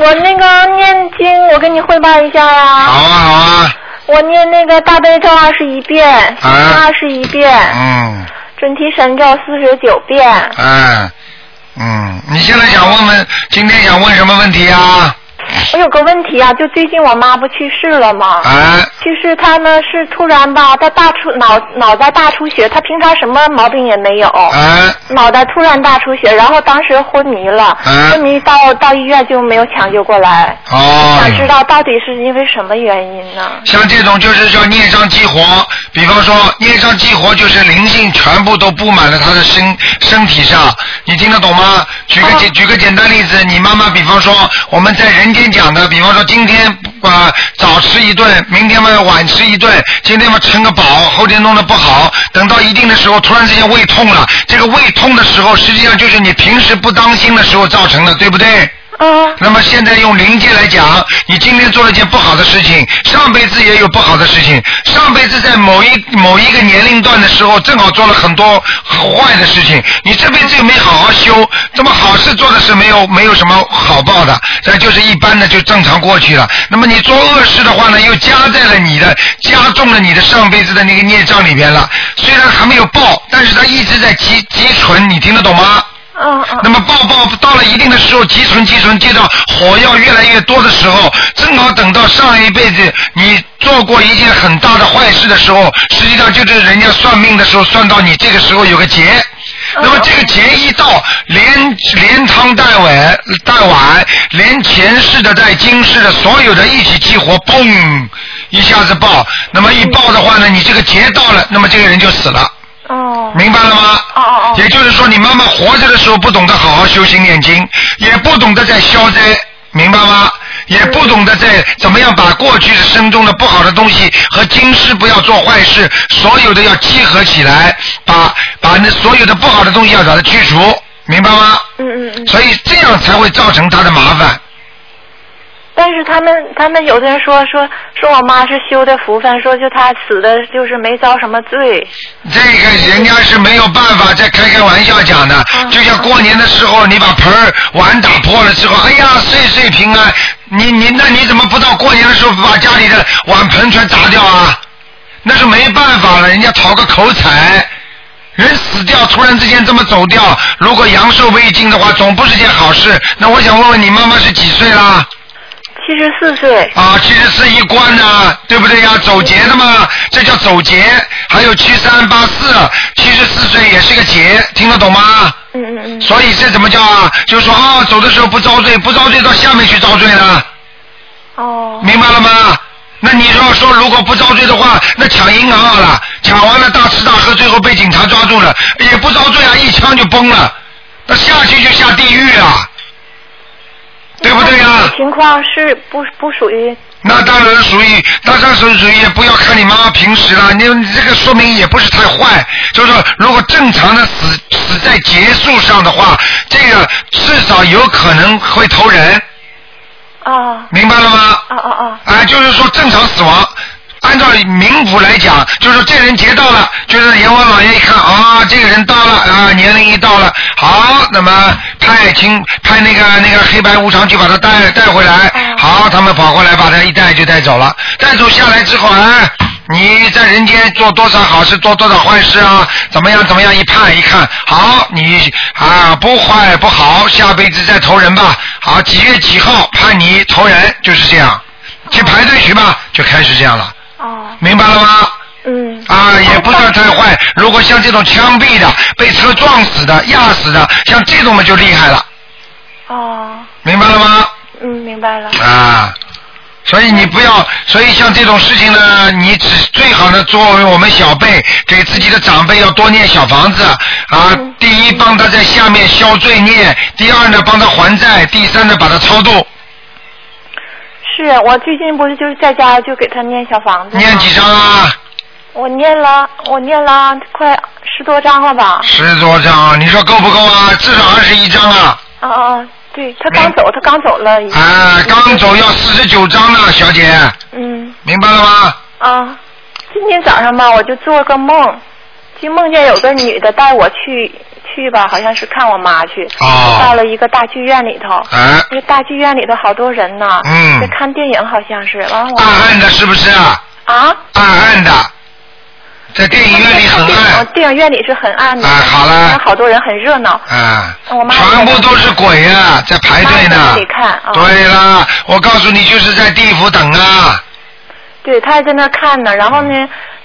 我那个念经，我跟你汇报一下呀。
好啊好啊，
我念那个大悲咒二十一遍，心
啊
经二十一遍，
嗯
准提神咒四十九遍。
哎嗯，你现在想问问今天想问什么问题啊？
我有个问题啊，就最近我妈不去世了吗？
哎
去世她呢是突然吧，她大出脑脑袋大出血，她平常什么毛病也没有。
哎
脑袋突然大出血，然后当时昏迷了，
嗯
昏迷到到医院就没有抢救过来。想知
哦，
道到底是因为什么原因呢？
像这种就是叫孽障激活，比方说孽障激活就是灵性全部都布满了他的身身体上，你听得懂吗？举个简举个简单例子，你妈妈比方说我们在人间讲的，比方说今天啊早吃一顿，明天嘛晚吃一顿，今天嘛撑个饱，后天弄得不好，等到一定的时候突然之间胃痛了，这个胃痛的时候实际上就是你平时不当心的时候造成的，对不对？
嗯
那么现在用灵界来讲，你今天做了一件不好的事情，上辈子也有不好的事情，上辈子在某一某一个年龄段的时候，正好做了很多坏的事情，你这辈子又没好好修，这么好事做的是没有没有什么好报的，这就是一般的就正常过去了。那么你做恶事的话呢，又加在了你的加重了你的上辈子的那个孽障里边了，虽然还没有报，但是它一直在积积存，你听得懂吗？
嗯
那
嗯
么爆爆到了一定的时候，积存积存，接到火药越来越多的时候，正好等到上一辈子你做过一件很大的坏事的时候，实际上就是人家算命的时候算到你这个时候有个劫。那么这个劫一到，连连汤带碗带碗，连前世的带今世的所有的一起激活，嘣，一下子爆。那么一爆的话呢，你这个劫到了，那么这个人就死了。
哦
明白了吗？
哦哦哦
也就是说，你妈妈活着的时候不懂得好好修心念经，也不懂得在消灾，明白吗？也不懂得在怎么样把过去的生中的不好的东西和今世不要做坏事，所有的要集合起来，把把那所有的不好的东西要把它去除，明白吗？
嗯嗯嗯。
所以这样才会造成他的麻烦。
但是他们他们有的人说说说我妈是修的福分，说就她死的就是没遭什么罪。
这个人家是没有办法再开开玩笑讲的，就像过年的时候，你把盆儿碗打破了之后，哎呀，岁岁平安。你你那你怎么不到过年的时候把家里的碗盆全砸掉啊？那是没办法了，人家讨个口彩。人死掉，突然之间这么走掉，如果阳寿未尽的话，总不是件好事。那我想问问你，妈妈是几岁啦？
七十四岁。
啊，七十四一关呐、对不对呀、走劫的嘛，这叫走劫。还有七三八四，七十四岁也是个劫，听得懂吗？
嗯嗯嗯。
所以这怎么叫啊？就是说啊、走的时候不遭罪，不遭罪到下面去遭罪了。
哦。
明白了吗？那你要说如果不遭罪的话，那抢银行好了，抢完了大吃大喝，最后被警察抓住了，也不遭罪啊，一枪就崩了，那下去就下地狱啊，对不对呀、
情况是不不属于
那当然属于，那当然属于属于，不要看你妈妈平时了，你你这个说明也不是太坏，就是说如果正常的死死在结束上的话，这个至少有可能会投人，
啊
明白了吗？
啊啊啊！
啊，就是说正常死亡，按照民府来讲，就是说这人劫到了，就是阎王老爷一看啊，这个人到了啊，年龄一到了，好，那么派清派那个那个黑白无常去把他带带回来，好，他们跑过来把他一带就带走了，带走下来之后，哎。你在人间做多少好事，做多少坏事啊？怎么样？怎么样？一判一看，好，你啊不坏不好，下辈子再投人吧。好，几月几号判你投人，就是这样。去排队去吧，就开始这样了。
哦。
明白了吗？
嗯。
啊，也不算太坏。如果像这种枪毙的、被车撞死的、压死的，像这种嘛就厉害了，
哦，
明白了吗？
嗯，明白了。
啊，所以你不要，所以像这种事情呢，你只最好呢，作为我们小辈，给自己的长辈要多念小房子啊。
嗯
第一，帮他在下面消罪孽；第二呢，帮他还债；第三呢，把他超度。
是啊我最近不是就是在家就给他念小房子吗
念几张啊？
我念了，我念了快十多张了吧？
十多张，你说够不够啊？至少二十一张啊！
啊啊，对他刚走，他刚走了已经。
啊，刚走要四十九张呢，小姐，
嗯
明白了吗？
啊，今天早上吧，我就做个梦，就梦见有个女的带我去去吧，好像是看我妈去，
哦
到了一个大剧院里头。
啊，
那大剧院里头好多人呢，
嗯
在看电影好像是，完了
暗暗的是不是啊？
我啊，哦
暗暗的，在电影院里很暗。
电影院里是很暗的，
啊好了
但好多人很热闹，
啊，
我妈
全部都是鬼啊，在排队
在
呢
那里。看啊，
对啦，我告诉你，就是在地府等啊。
对，他还在那儿看
嗯
呢，然后呢，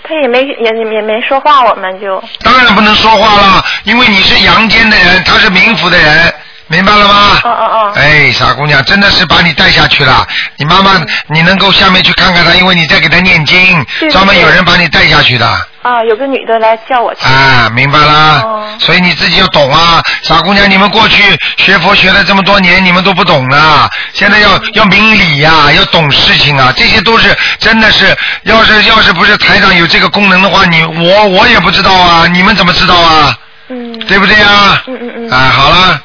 他也没也也也没说话，我们就
当然不能说话了，因为你是阳间的人，他是冥府的人，明白了吗？
哦哦哦，
哎，傻姑娘，真的是把你带下去了。你妈妈，
嗯
你能够下面去看看她，因为你在给她念经
对，对
专门有
对
人把你带下去的。
啊，有个女的来叫我去，
啊，明白啦。
哦
所以你自己要懂啊，傻姑娘，你们过去学佛学了这么多年，你们都不懂啦。现在
嗯
要要明理呀、要懂事情啊，这些都是真的是，要是要是不是台长有这个功能的话，你我我也不知道啊，你们怎么知道啊？
嗯
对不对啊？
嗯嗯嗯，
啊，好了，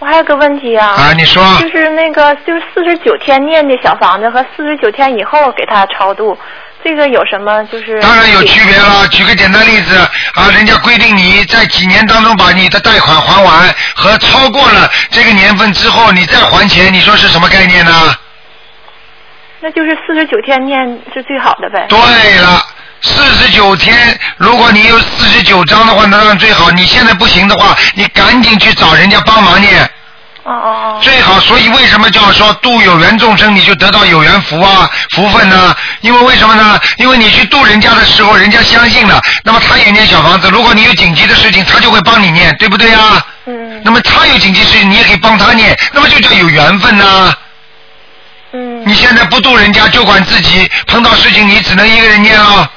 我还有个问题啊，
啊，你说，
就是那个就是四十九天念的小房子和四十九天以后给他超度，这个有什么就是？
当然有区别了。举个简单例子啊，人家规定你在几年当中把你的贷款还完，和超过了这个年份之后你再还钱，你说是什么概念呢？
那就是四十九天念是最好的呗。
对了，四十九天，如果你有四十九章的话，那当然最好。你现在不行的话，你赶紧去找人家帮忙念，
哦哦
最好。所以为什么叫说度有缘众生，你就得到有缘福啊、福分呢、因为为什么呢？因为你去度人家的时候，人家相信了，那么他也念小房子。如果你有紧急的事情，他就会帮你念，对不对啊？
哦，嗯
那么他有紧急事情，你也可以帮他念，那么就叫有缘分呐、
嗯
啊你，现在不度人家，就管自己，碰到事情你只能一个人念了。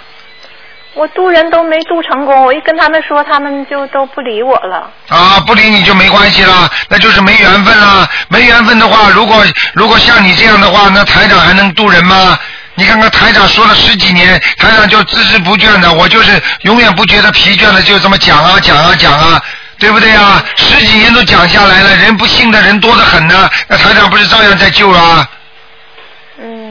我渡人都没渡成功，我一跟他们说，他们就都不理我了。
啊，不理你就没关系啦，那就是没缘分啦。没缘分的话，如果如果像你这样的话，那台长还能渡人吗？你看看台长说了十几年，台长就孜孜不倦的，我就是永远不觉得疲倦的，就这么讲啊讲啊讲啊，对不对啊？十几年都讲下来了，人不信的人多得很呢，那台长不是照样在救啊？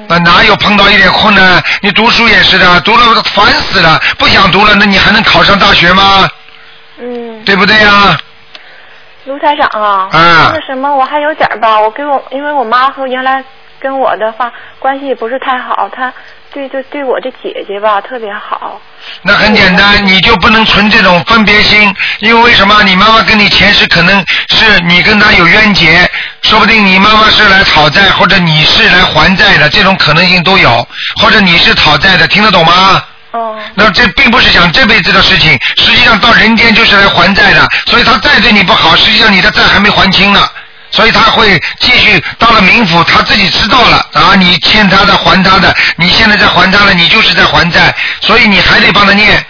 那哪有碰到一点困难？你读书也是的，读了烦死了，不想读了，那你还能考上大学吗？
嗯，
对不对啊呀、
卢台长啊，
啊
那个什么，我还有点儿吧，我跟我因为我妈和原来跟我的话关系也不是太好，她对对对我这姐姐吧特别好。
那很简单，你就不能存这种分别心，因为为什么？你妈妈跟你前世可能是你跟她有冤结，说不定你妈妈是来讨债，或者你是来还债的，这种可能性都有，或者你是讨债的，听得懂吗？
哦。
那这并不是讲这辈子的事情，实际上到人间就是来还债的，所以他再对你不好，实际上你的债还没还清呢。所以他会继续到了冥府，他自己知道了啊，你欠他的还他的，你现在在还他了，你就是在还债，所以你还得帮他念，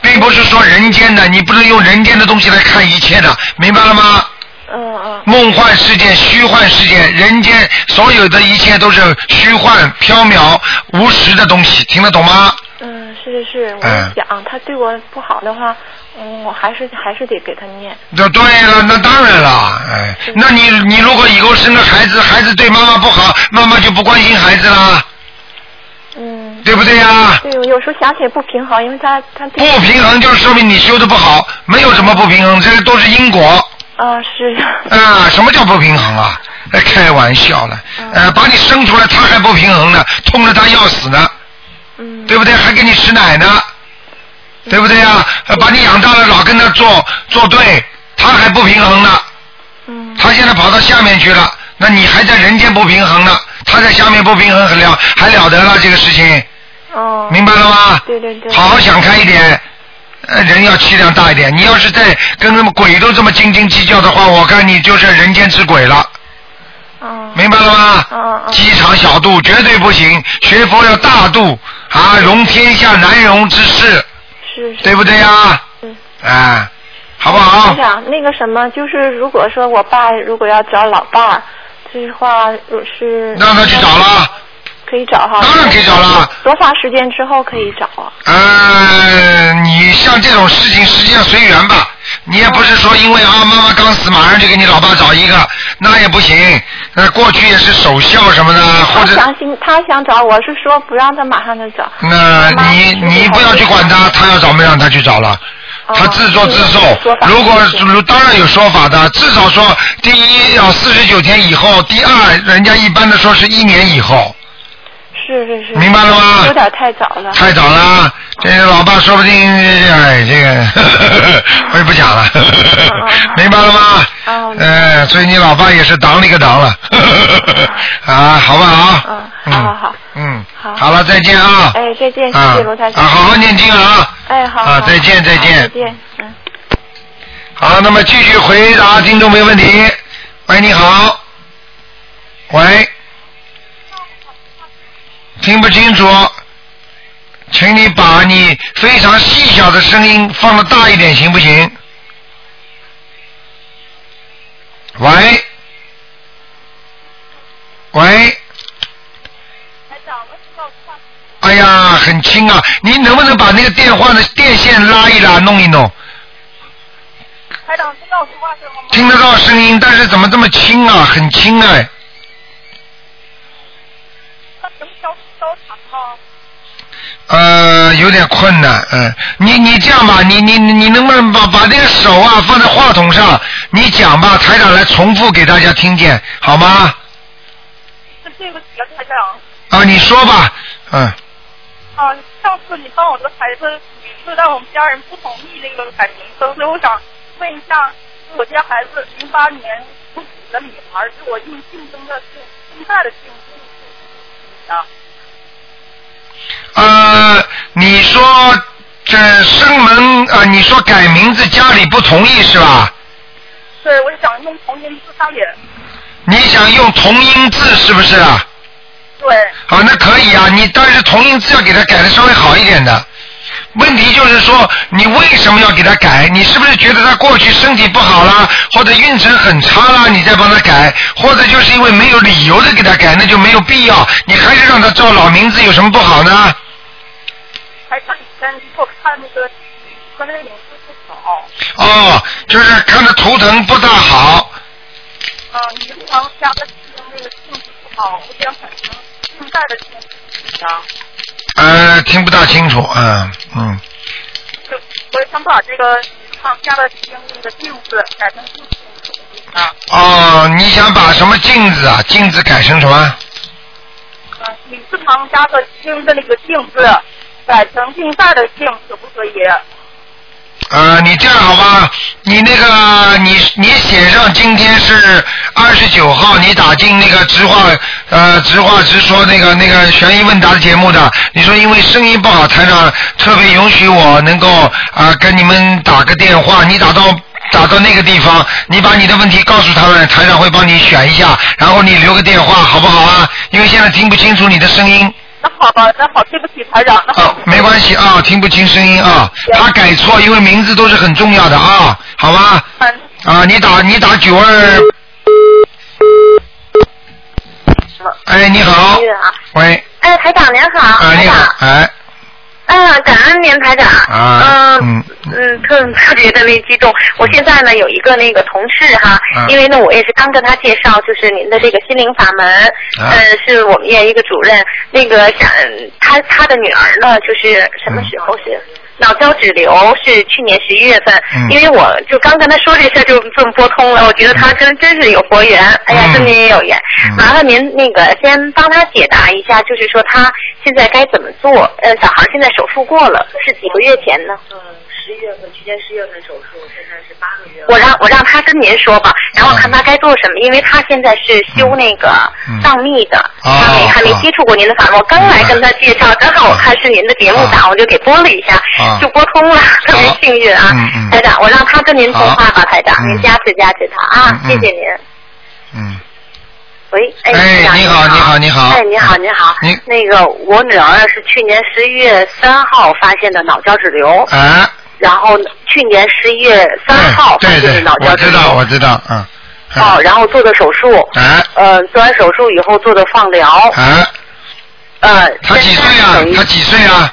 并不是说人间的，你不能用人间的东西来看一切的，明白了吗？嗯嗯。梦幻世界、虚幻世界，人间所有的一切都是虚幻、缥缈、无实的东西，听得懂吗？
嗯，是是是，我
嗯
想她对我不好的话，嗯，我还是还是得给她念。
那对了，那当然了，哎，那你你如果以后生个孩子，孩子对妈妈不好，妈妈就不关心孩子啦，
嗯。
对不对呀
对，我有时候想起也不平衡，因为她她
不平衡就是说明你修的不好，没有什么不平衡，这都是因果。
啊是。
啊，什么叫不平衡啊？哎开玩笑了，
嗯
呃，把你生出来，他还不平衡呢，痛着他要死呢，嗯，对不对？还给你吃奶呢，对不对呀、
嗯
呃把你养大了，老跟他作作对，他还不平衡呢，嗯，他现在跑到下面去了，那你还在人间不平衡呢，他在下面不平衡，还了还了得了这个事情，
哦。
明白了吗？
对对对。
好好想开一点，呃，人要气量大一点。你要是再跟他们鬼都这么斤斤计较的话，我看你就是人间之鬼了。明白了吗？机场小度绝对不行，学佛要大度啊，容天下难容之事，
是是。
对不对呀？啊，好不好
我？想嗯那个什么，就是如果说我爸如果要找老伴儿，这话如是
让他去找了，
可以找哈。当然可以
找了。
多长时间之后可以找啊？
呃，你像这种事情，实际上随缘吧。你也不是说因为啊妈妈刚死，马上就给你老爸找一个，那也不行。那过去也是守孝什么的，呃或
他
者
想心，他想找，我是说不让他马上就找。
那你你不要去管他，他要找没让他去找了，他自作自受。如果如当然有说法的，至少说第一要四十九天以后，第二人家一般的说是一年以后，
是是是。
明白了吗
有点太早了。
太早了。这老爸说不定哎这个呵呵呵我也不讲了， 呵呵呵明白了吗？呃，所以你老爸也是挡了一个挡了， 呵呵呵呵啊，好不好？嗯，好好
啊好，
嗯，好了，再见啊。
哎，再见，谢
啊
谢罗台长。
啊好好念经啊。
哎，好。
啊
好
再见
好
再见
再见。嗯。
好，那么继续回答听众没问题。喂，你好。喂，听不清楚，请你把你非常细小的声音放的大一点，行不行？喂，喂，哎呀，很轻啊！你能不能把那个电话的电线拉一拉，弄一弄？
台长知道我说话声了吗？
听得到声音，但是怎么这么轻啊？很轻哎！
那能消消长吗？
呃，有点困难，嗯，你你这样吧，你你你能不能把把这个手啊放在话筒上，你讲吧，台长来重复给大家听见，好吗？
是对不起啊，台长。
啊，你说吧，嗯，
啊，上次你帮我的孩子名字，但我们家人不同意那个改名称，所以我想问一下，我家孩子零八年属虎的女孩，是我用竞争的是现在的竞争啊？
呃，你说这生门啊、你说改名字家里不同意是吧？
是，我想用同音字，他也
你想用同音字是不是啊？
对。
啊，那可以啊，你但是同音字要给他改的稍微好一点的。问题就是说，你为什么要给他改？你是不是觉得他过去身体不好啦，或者运程很差啦，你再帮他改，或者就是因为没有理由的给他改，那就没有必要。你还是让他照老名字有什么不好呢？
还上以前我看那个和那个名字不好，
哦，就是看他图腾不大好，
嗯，你经常家的那个性质不好，我想产生现在的性质啊，
呃，听不大清楚，嗯嗯，
就我也想把这个上家的经那个病字改成性质啊，
哦，你想把什么镜子啊？镜子改成什么？
嗯，你字旁加个经的那个经字，改成竞赛的竞，可不可以？
呃，你这样好吧？你那个，你你写上今天是二十九号，你打进那个直话呃直话直说那个那个悬疑问答节目的，你说因为声音不好，台长特别允许我能够啊、跟你们打个电话，你打到。打到那个地方，你把你的问题告诉他们，台长会帮你选一下，然后你留个电话，好不好啊？因为现在听不清楚你的声音。
那好吧，那好，对不起台长，那好，
没关系啊，听不清声音啊，他改错，因为名字都是很重要的啊，好吧？
嗯
啊，你打你打九二。哎，你好，喂，
哎，台长您好，
啊，
台
你
长
好，，哎，
嗯，感恩您台长，
啊，
嗯嗯，特特别特别激动。我现在呢有一个那个同事哈，
嗯
因为呢我也是刚跟他介绍，就是您的这个心灵法门，
啊
呃，是我们院一个主任，那个想他他的女儿呢，就是什么时候是？脑胶质瘤是去年十一月份，
嗯
因为我就刚跟他说这事儿就这么拨通了，我觉得他真真是有佛缘，哎呀，跟您也有缘。麻烦您那个先帮他解答一下，就是说他现在该怎么做？呃，小孩现在手术过了，是几个月前呢？
十一月份，去年十一月份手术，现在是八个月
我让我让他跟您说吧，然后看他该做什么，因为他现在是修那个藏密的，他没还没接触过您的法门。我刚来跟他介绍，正好我看是您的节目档，我就给拨了一下，
啊
就拨通了，特别幸运啊，台长，我让他跟您通话吧，台长，您加持加持他啊，
嗯
谢谢您。
嗯。
喂，
哎
哎，台长
你好你好你好嗯
哎，你好，你好，那个我女儿是去年十一月三号发现的脑胶质瘤，
啊，
然后去年十一月三号发
对
现的
对，
脑
我
胶质
知
瘤，
道我知道，嗯，
哦，然后做的手术，
啊，
呃，做完手术以后做的放疗，
啊，
呃，
他几岁啊？他几岁啊？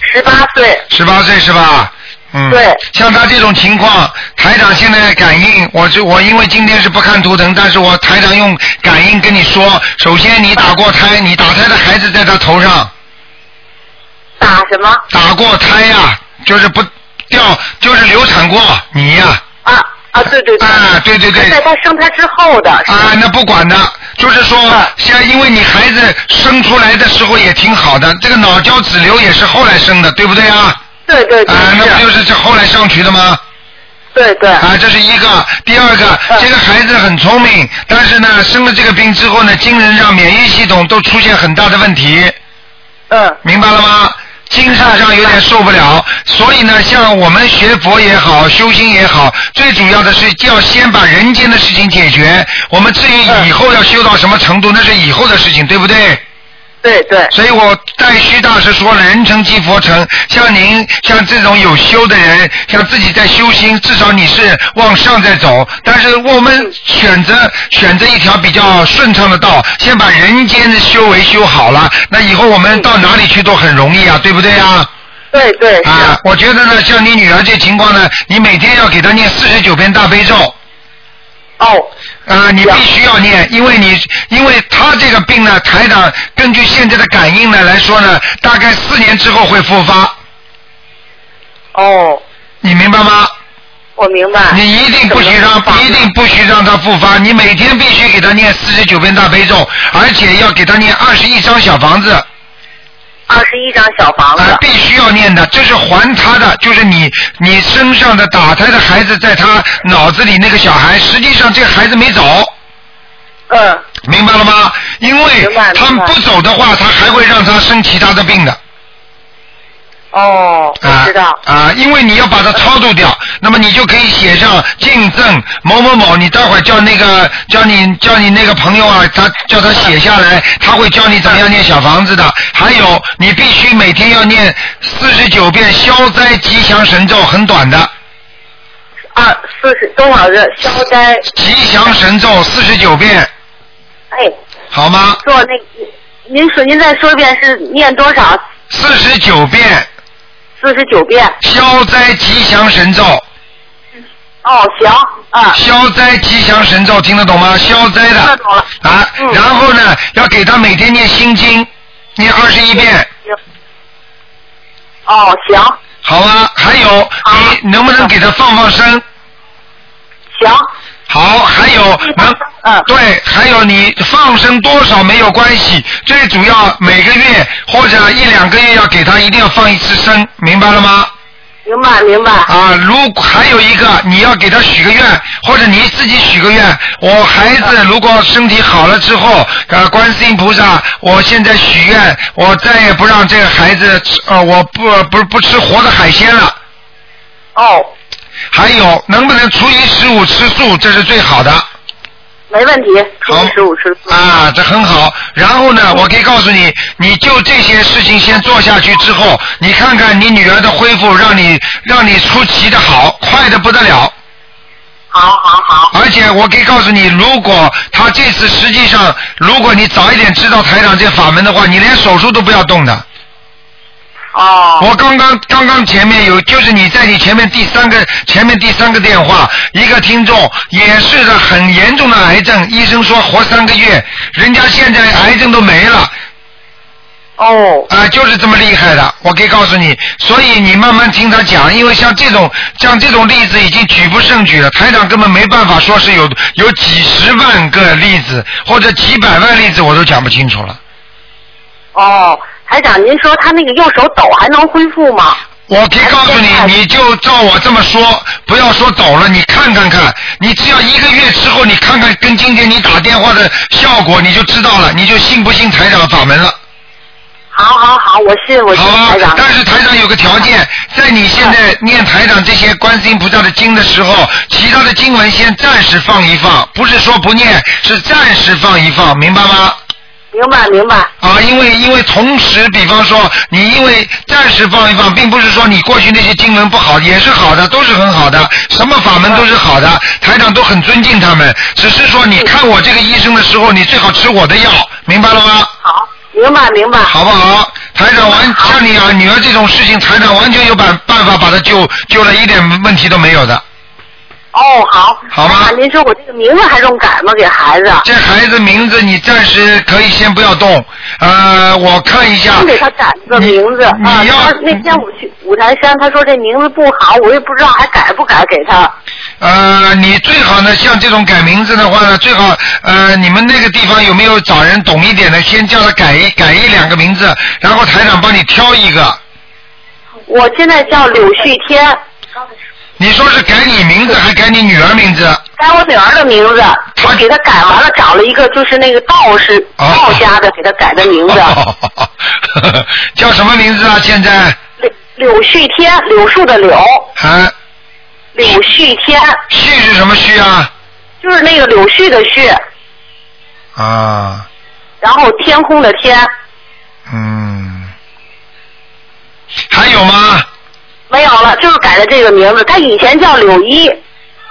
十八岁。
十八岁是吧？嗯。
对。
像他这种情况，台长现在感应，我就我因为今天是不看图腾，但是我台长用感应跟你说，首先你打过胎，你打胎的孩子在他头上。
打什么？
打过胎呀、就是不掉，就是流产过你呀、
啊，对对对，
啊，对对对，
在他生他之后的啊
啊，那不管的，就是说，现在因为你孩子生出来的时候也挺好的，这个脑胶质瘤也是后来生的，对不对啊？
对对
对。啊，那不就是这后来上去的吗？
对嗯对。
啊，这是一个，第二个，这个孩子很聪明，但是呢，生了这个病之后呢，精神上、免疫系统都出现很大的问题。
嗯。
明白了吗？精神上有点受不了，所以呢，像我们学佛也好，修心也好，最主要的是要先把人间的事情解决。我们至于以后要修到什么程度，那是以后的事情，对不对？
对对。
所以我在徐大师说了，人成即佛成。像您像这种有修的人，像自己在修心，至少你是往上在走。但是我们选择选择一条比较顺畅的道，先把人间的修为修好了，那以后我们到哪里去都很容易啊，对不对啊？
对对。
啊，我觉得呢，像你女儿这情况呢，你每天要给她念四十九遍大悲咒。
哦。
啊，你必须要念，因为你因为他这个病呢，台长根据现在的感应呢来说呢，大概四年之后会复发。
哦。
你明白吗？
我明白。
你一定不许让，一定不许让他复发。你每天必须给他念四十九遍大悲咒，而且要给他念二十一张小房子。
二十一张小房
子、啊必须要念的，这是还他的，就是你你身上的打胎的孩子，在他脑子里那个小孩，实际上这个孩子没走。
嗯。
明白了吗？因为他们不走的话，他还会让他生其他的病的。
哦，
啊
我知道。嗯
啊，因为你要把它超度掉，那么你就可以写上敬赠某某某，你待会儿叫那个叫你叫你那个朋友啊，他叫他写下来，他会教你怎么样念小房子的。还有，你必须每天要念四十九遍消灾吉祥神咒，很短的。
啊，四十多少个消灾？
吉祥神咒四十九遍，
哎，
好吗？
做那个，您说您再说一遍是念多少？
四十九遍
四十九遍。
消灾吉祥神咒。
哦，行，嗯啊。
消灾吉祥神咒听得懂吗？消灾的。啊，
嗯
然后呢，要给他每天念心经，念二十一遍。
哦，行。嗯
好啊，还有，你能不能给他放放生？
行。嗯
好，还有能，对，还有你放生多少没有关系，最主要每个月或者一两个月要给他一定要放一次生，明白了吗？
明白明白。
啊，如还有一个，你要给他许个愿，或者你自己许个愿。我孩子如果身体好了之后，呃，观世音菩萨，我现在许愿，我再也不让这个孩子吃，呃，我不不不吃活的海鲜了。
哦。
还有，能不能初一十五吃素，这是最好的。
没问题，
好，十
五吃嗯
啊，这很好。然后呢，我可以告诉你，你就这些事情先做下去之后，你看看你女儿的恢复，让你让你出奇的好，快的不得了。好好好。而且我可以告诉你，如果她这次实际上，如果你早一点知道台长这法门的话，你连手术都不要动的。
哦。
我刚刚刚刚前面有，就是你在你前面第三个前面第三个电话，一个听众也是的很严重的癌症，医生说活三个月，人家现在癌症都没了。
哦。
啊、就是这么厉害的，我可以告诉你。所以你慢慢听他讲，因为像这种像这种例子已经举不胜举了，台长根本没办法说是有有几十万个例子或者几百万例子，我都讲不清楚了。
哦，台长，您说他那个右手抖还能恢复吗？
我可以告诉你，你就照我这么说，不要说走了，你看看看，你只要一个月之后，你看看跟今天你打电话的效果，你就知道了，你就信不信台长法门了。
好好好，我信我信台长。
但是台长有个条件，在你现在念台长这些观世音菩萨的经的时候，其他的经文先暂时放一放，不是说不念，是暂时放一放，明白吗？
明白明白。
啊，因为因为同时，比方说你因为暂时放一放，并不是说你过去那些经文不好，也是好的，都是很好的，什么法门都是好的，台长都很尊敬他们，只是说
嗯
你看我这个医生的时候，你最好吃我的药，明白了吗？
好，明白明白。
好不好？台长完像你啊女儿这种事情，台长完全有办办法把她救救了，一点问题都没有的。
哦，好。
好吧
台长，您说我这个名字还用改吗？给孩子。
这孩子名字你暂时可以先不要动，呃，我看一下。嗯
先嗯给他改个名字啊！
你要
他那天我去五台山，他说这名字不好，我也不知道还改不改给他。
呃，你最好呢，像这种改名字的话呢，最好呃，你们那个地方有没有找人懂一点的，先叫他改一改一两个名字，然后台长帮你挑一个。
我现在叫柳旭天，
你说是改你名字，还改你女儿名字？
改我女儿的名字，我给他改完了，找了一个就是那个道士、
哦
道家的给他改的名字，
叫什么名字啊？现在？
柳絮天，柳树的柳，
啊，
柳絮天，
旭是什么旭啊？
就是那个柳絮的絮，
啊，
然后天空的天，
嗯，还有吗？
没有了，就是改的这个名字。他以前叫柳一，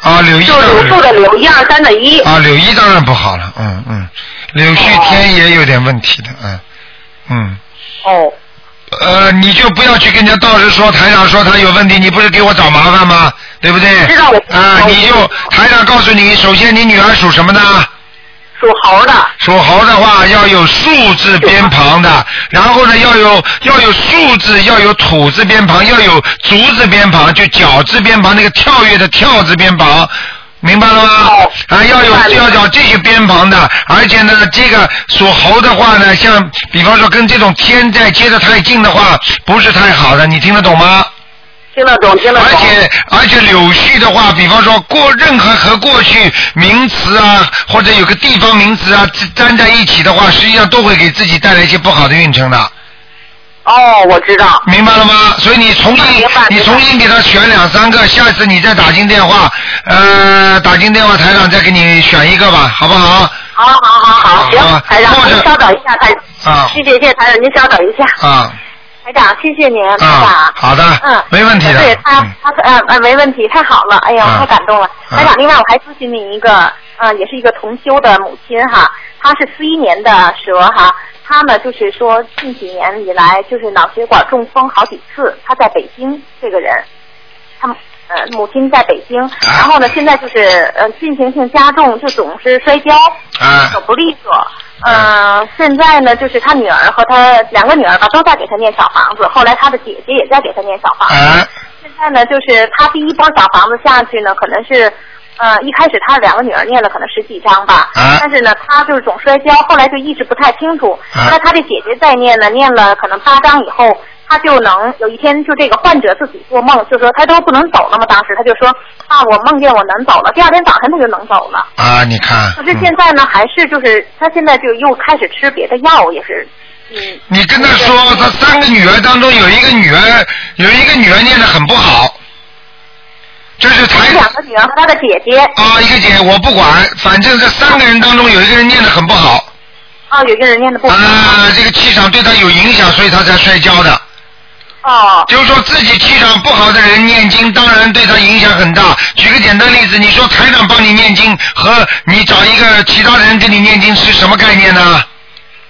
啊，柳一
就
当
柳树
然
的柳，一二三的一。
啊，柳一当然不好了，嗯嗯，柳絮天也有点问题的，嗯嗯。
哦。
呃，你就不要去跟人家道士说，台长说他有问题，你不是给我找麻烦吗？对不对？
知道我
啊，你就台长告诉你，首先你女儿属什么的？
属猴的。
属猴的话要有树字边旁的，然后呢要有要有树字，要有土字边旁，要有竹字边旁，就脚字边旁那个跳跃的跳字边旁。明白了吗？啊，要有要找这些边旁的，而且呢，这个属猴的话呢，像比方说跟这种天在接得太近的话，不是太好的，你听得懂吗？
听得懂，听得懂。
而且而且柳絮的话，比方说过任何和过去名词啊，或者有个地方名词啊粘在一起的话，实际上都会给自己带来一些不好的运程的。
哦
哦，我知道。
明白了吗？所以你重新你重新给他选两三个，下次你再打进电话，呃，打进电话台长再给你选一个吧，好不好？
好好好好，行，台长，您稍等一下，台
啊
谢谢谢谢台长，您稍等一下，
啊
台长，谢谢您，台
啊
长，。
好的，
嗯，
没问题的。
对他，他呃呃没问题，太好了，哎呀，
嗯
太感动了。
嗯
台长，另外我还咨询你一个，呃，也是一个同修的母亲哈，她是四一年的蛇哈，她呢就是说近几年以来就是脑血管中风好几次，她在北京这个人，她呃母亲在北京，
啊
然后呢现在就是呃进行性加重，就总是摔跤，
啊
手不利索。嗯，现在呢，就是他女儿和他两个女儿吧，都在给他念小房子。后来他的姐姐也在给他念小房子。
啊
现在呢，就是他第一波小房子下去呢，可能是，呃，一开始他两个女儿念了可能十几张吧，
啊
但是呢，他就是总摔跤，后来就一直不太清楚。
啊
后来他的姐姐再念呢，念了可能八张以后，他就能有一天就这个患者自己做梦，就说他都不能走了嘛，当时他就说啊，我梦见我能走了，第二天早晨他就能走了。
啊，你看
可，是现在呢，还是就是他现在就又开始吃别的药，也是
你跟他说，他三个女儿当中有一个女儿，有一个女儿念的很不好，就是台
两个女儿和他的姐姐。
啊，一个姐我不管，反正这三个人当中有一个人念的很不好，
啊，有一个人念的不好。
啊，这个气场对他有影响，所以他才摔跤的。
哦。
就是说自己气场不好的人念经，当然对他影响很大。举个简单例子，你说台长帮你念经和你找一个其他人给你念经是什么概念呢？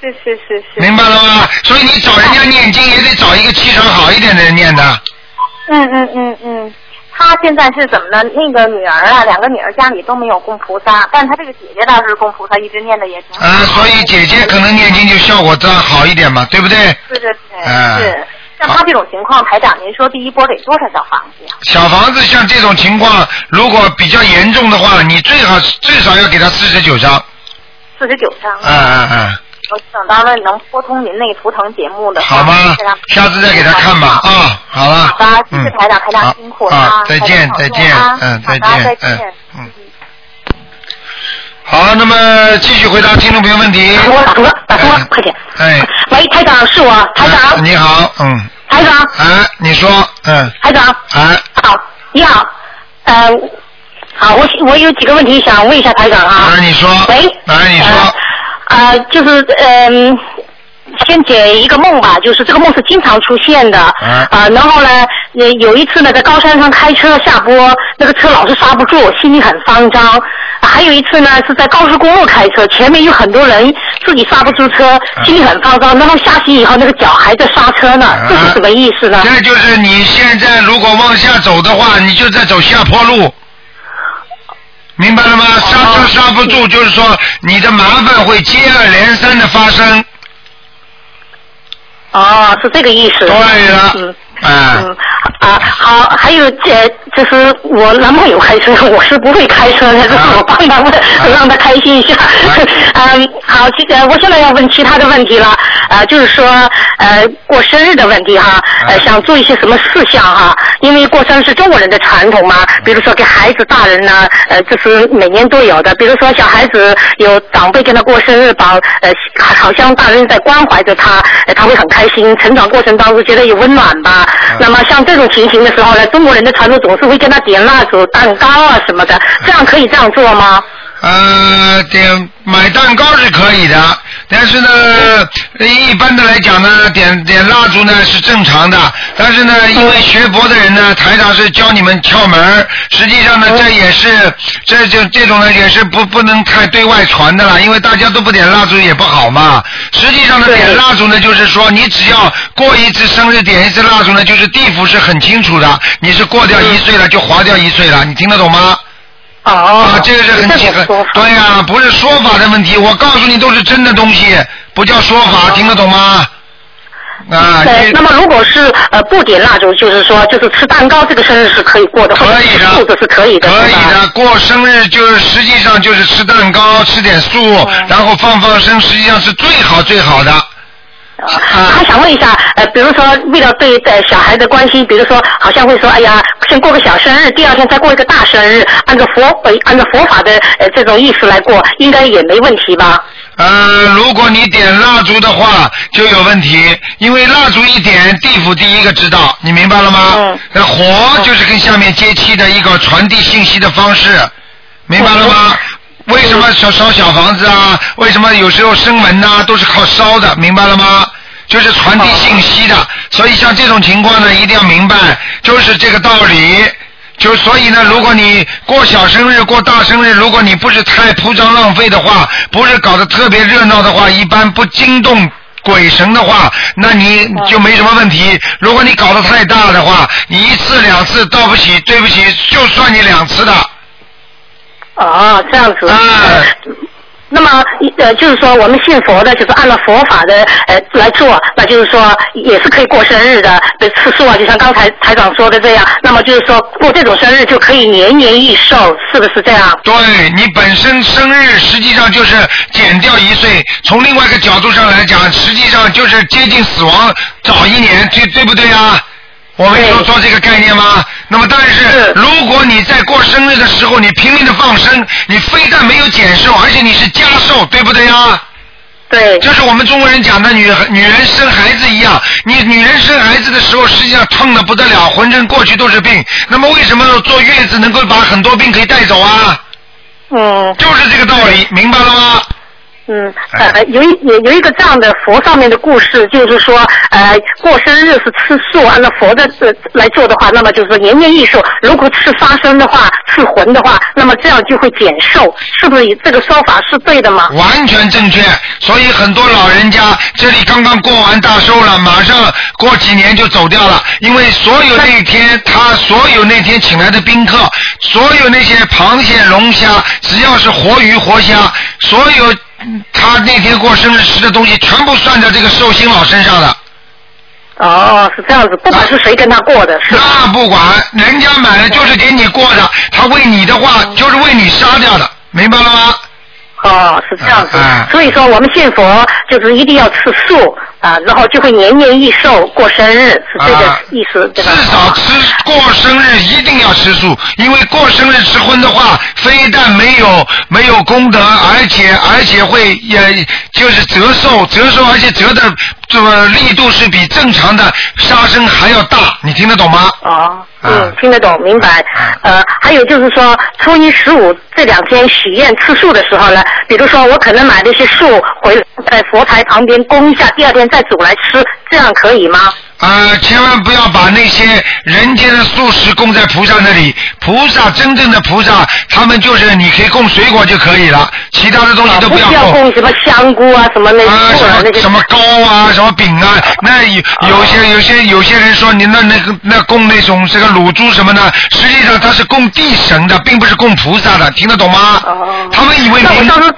是是是是。
明白了吗？所以你找人家念经也得找一个气场好一点的人啊念的。
嗯嗯嗯嗯，他现在是怎么呢？那个女儿啊，两个女儿家里都没有供菩萨，但他这个姐姐倒是供菩萨，一直念的也挺好。
啊，所以姐姐可能念经就效果自然好一点嘛，对不对？
对对对，
哎
是。像他这种情况，台长，您说第一波得多少小房子呀？
小房子像这种情况，如果比较严重的话，你最好最少要给他四十九张。
四十九张。
嗯嗯嗯，
我等到了能拨通您那个图腾节目的时候，
好吗
啊
非常？
下次再给他看吧啊，好了。
好的，谢谢
嗯
台长，台
好
长辛苦了
啊
啊！
再见
台长
再见
好
嗯
好的
再见
再
嗯
见。
好，那么继续回答听众朋友问题。
打通了，打通了，打通了，快点！
哎，
喂，台长，是我，台长，
你好，嗯，
台长，
哎，你说，嗯，
台长，
哎，
好，你好，呃，好，我我有几个问题想问一下台长啊。
你说。
喂。
哎，你说。
呃，就是嗯、先解一个梦吧，就是这个梦是经常出现的。
啊
呃，然后呢，呃有一次呢，在高山上开车下坡，那个车老是刹不住，心里很慌张。啊还有一次呢，是在高速公路开车，前面有很多人，自己刹不住车，
啊
心里很慌张。然后下去以后，那个脚还在刹车呢，
啊
这是什么意思呢？
这就是你现在如果往下走的话，你就在走下坡路，明白了吗？刹车刹不住，就是说你的麻烦会接二连三的发生。
哦，是这个意思。
对了，
嗯
哎，
啊，好，还有这就是我男朋友开车，我是不会开车的，这是我帮他问，让他开心一下。嗯，好，这个我现在要问其他的问题了，呃，就是说呃过生日的问题哈，呃想做一些什么事项哈，因为过生日是中国人的传统嘛，比如说给孩子、大人呢，呃，这是每年都有的，比如说小孩子有长辈跟他过生日吧，呃，好像大人在关怀着他，呃他会很开心，成长过程当中觉得有温暖吧。那么像这种情形的时候呢，中国人的传统总是会跟他点蜡烛、蛋糕啊什么的，这样可以这样做吗？
呃，点买蛋糕是可以的，但是呢，一般的来讲呢，点点蜡烛呢是正常的。但是呢，因为学佛的人呢，台长是教你们窍门儿，实际上呢，这也是这就这种呢也是不不能太对外传的啦，因为大家都不点蜡烛也不好嘛。实际上呢，点蜡烛呢，就是说你只要过一次生日点一次蜡烛呢，就是地府是很清楚的，你是过掉一岁了就划掉一岁了，你听得懂吗？
哦
啊，这个是很奇很对呀、不是说法的问题，我告诉你都是真的东西，不叫说法，听得懂吗？啊，
对
你，
那么如果是呃不点蜡烛，就是说就是吃蛋糕这个生日是可以过的，或者吃素的是可以的，
可
是吧？
以的，啊过生日就是实际上就是哦吃蛋糕，吃点素，然后放放生，实际上是最好最好的。
还想问一下，呃，比如说为了对呃小孩的关心，比如说好像会说，哎呀，先过个小生日，第二天再过一个大生日，按照佛呃按照佛法的呃这种意思来过，应该也没问题吧？
呃，如果你点蜡烛的话就有问题，因为蜡烛一点，地府第一个知道，你明白了吗？嗯。那火就是跟下面接气的一个传递信息的方式，明白了吗？为什么烧烧小房子啊？为什么有时候生门呐、都是靠烧的，明白了吗？就是传递信息的，所以像这种情况呢，一定要明白，就是这个道理。就所以呢，如果你过小生日、过大生日，如果你不是太铺张浪费的话，不是搞得特别热闹的话，一般不惊动鬼神的话，那你就没什么问题。如果你搞得太大的话，你一次两次，对不起，对不起，就算你两次的。
哦，这样子。啊。那么，呃，就是说我们信佛的，就是按照佛法的呃来做，那就是说也是可以过生日的的次数啊，就像刚才台长说的这样。那么就是说过这种生日就可以年年益寿，是不是这样？
对你本身生日实际上就是减掉一岁，从另外一个角度上来讲，实际上就是接近死亡早一年，对对不对啊？我们说说这个概念吗？那么，但是如果你在过生日的时候，你拼命的放生，你非但没有减寿，而且你是加寿，对不对啊？
对，
就是我们中国人讲的女女人生孩子一样，你女人生孩子的时候，实际上痛的不得了，浑身过去都是病。那么为什么坐月子能够把很多病可以带走啊？
嗯，
就是这个道理，明白了吗？
嗯，
哎
呃，有一有有一个这样的佛上面的故事，就是说，呃，过生日是吃素，按照佛的呃来做的话，那么就是说年年益寿。如果吃杀生的话，吃荤的话，那么这样就会减寿，是不是这个说法是对的吗？
完全正确。所以很多老人家这里刚刚过完大寿了，马上过几年就走掉了，因为所有那天他所有那天请来的宾客，所有那些螃蟹、龙虾，只要是活鱼、活虾，所有嗯他那天过生日吃的东西，全部算在这个寿星老身上的。
哦，是这样子，不管是谁跟他过的，是
那不管，人家买了就是给你过的，他为你的话
嗯
就是为你杀掉的，明白了吗？
哦，是这样子。
啊
所以说我们信佛就是一定要吃素啊，然后就会年年益寿，过生日是这个意思，对吧？
啊至少吃过生日一定要吃素，因为过生日吃荤的话，非但没有没有功德，而且而且会也就是折寿，折寿而且折的这个力度是比正常的杀生还要大，你听得懂吗？
哦，嗯，听得懂，明白。呃，还有就是说，初一十五这两天许愿吃素的时候呢，比如说我可能买了一些素回来在佛台旁边供一下，第二天再煮来吃，这样可以吗？
呃，千万不要把那些人间的素食供在菩萨那里。菩萨真正的菩萨，他们就是你可以供水果就可以了，其他的东西都
啊不
要
需要
供。
供什么香菇啊，什么那
啊，
素啊
什
那
么
些哦
什么糕啊，什么饼啊，那有有些有些有些人说你那那个那供那种这个卤猪什么的，实际上它是供地神的，并不是供菩萨的，听得懂吗？他们以为
哦那我
民
上次，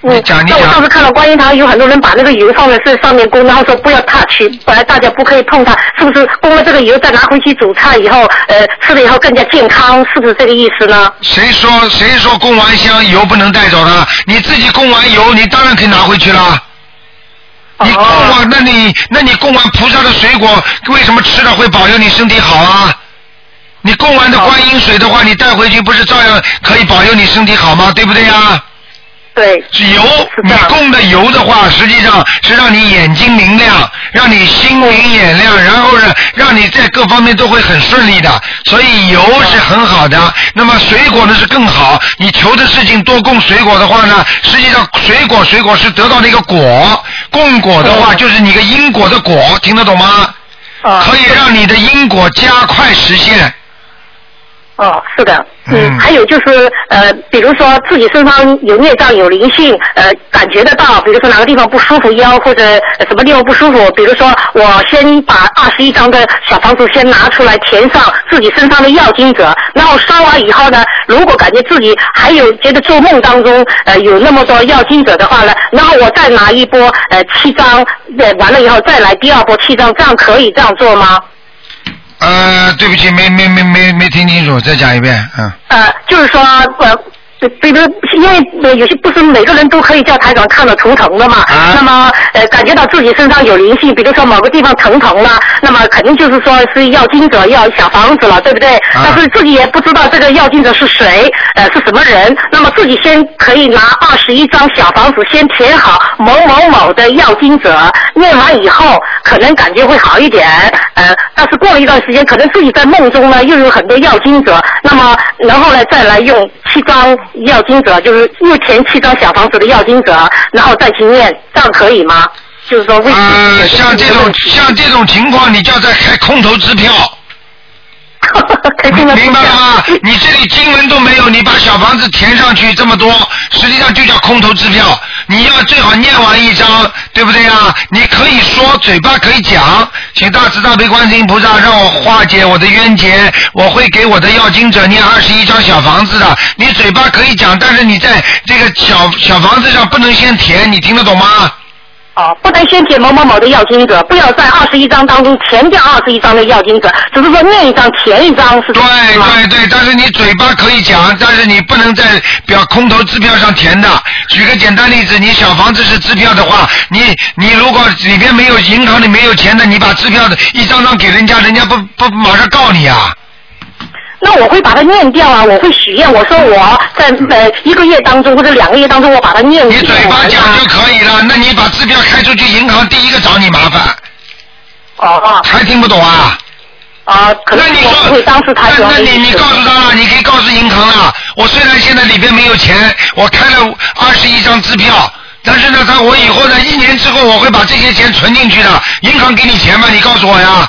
你讲你
那我上
讲
次看到观音堂有很多人把那个油放在这上面供，然后说不要 touch，本来大家不可以碰它，是不是供了这个油再拿回去煮菜以后，呃，吃了以后更加健康，是不是这个意思呢？
谁说谁说供完香油不能带走的？你自己供完油，你当然可以拿回去啦。你供完，那你那你供完菩萨的水果，为什么吃了会保佑你身体好啊？你供完的观音水的话，你带回去不是照样可以保佑你身体好吗？对不对呀？
对。
油，你供的油的话，实际上是让你眼睛明亮，让你心明眼亮，然后呢，让你在各方面都会很顺利的。所以油是很好的，那么水果呢是更好。你求的事情多供水果的话呢，实际上水果水果是得到的一个果，供果的话就是你个因果的果，听得懂吗？可以让你的因果加快实现。
哦，是的，嗯，还有就是呃，比如说自己身上有孽障、有灵性，呃，感觉得到，比如说哪个地方不舒服腰或者呃什么地方不舒服，比如说我先把二十一张的小房子先拿出来填上自己身上的药精者，然后烧完以后呢，如果感觉自己还有觉得做梦当中呃有那么多药精者的话呢，然后我再拿一波呃七张，呃完了以后再来第二波七张，这样可以这样做吗？
呃，对不起，没没没没没听清楚，再讲一遍，嗯。
呃，就是说，呃，对对对，因为有些不是每个人都可以叫台长看了图腾的嘛。那么呃，感觉到自己身上有灵性，比如说某个地方疼疼了，那么肯定就是说是要经者要小房子了，对不对？但是自己也不知道这个要经者是谁，呃，是什么人。那么自己先可以拿二十一张小房子先填好某某某的要经者，念完以后可能感觉会好一点。呃，但是过了一段时间，可能自己在梦中呢又有很多要经者，那么然后呢再来用七张要经者，就是又填七张小房子的要经者，然后再去念，这样可以吗？就是说为什么？
呃，像这种像这种情况，你就要在开空头支 票。明明白了吗？你这里经文都没有，你把小房子填上去这么多，实际上就叫空头支票。你要最好念完一张，对不对啊？你可以说，嘴巴可以讲，请大慈大悲观世音菩萨让我化解我的冤结，我会给我的要经者念二十一张小房子的。你嘴巴可以讲，但是你在这个小小房子上不能先填，你听得懂吗？
哦，不能先填某某某的要经者，不要在二十一章当中填掉二十一章的要经者，只是说念一张填一张是这样
对
吗？
对对，但是你嘴巴可以讲，但是你不能在表空头支票上填的。举个简单例子，你小房子是支票的话，你你如果里边没有银行里没有钱的，你把支票的一张张给人家，人家不不马上告你啊。
那我会把它念掉啊，我会许愿，我说我在呃一个月当中或者两个月当中，我把它念掉。
嘴巴讲就可以了，那你把支票开出去，银行第一个找你麻烦。
哦。
还听不懂啊？
啊，可
那你说，那那你你告诉他了，你可以告诉银行了。我虽然现在里边没有钱，我开了二十一张支票，但是呢，他我以后呢，一年之后我会把这些钱存进去的。银行给你钱吗？你告诉我呀。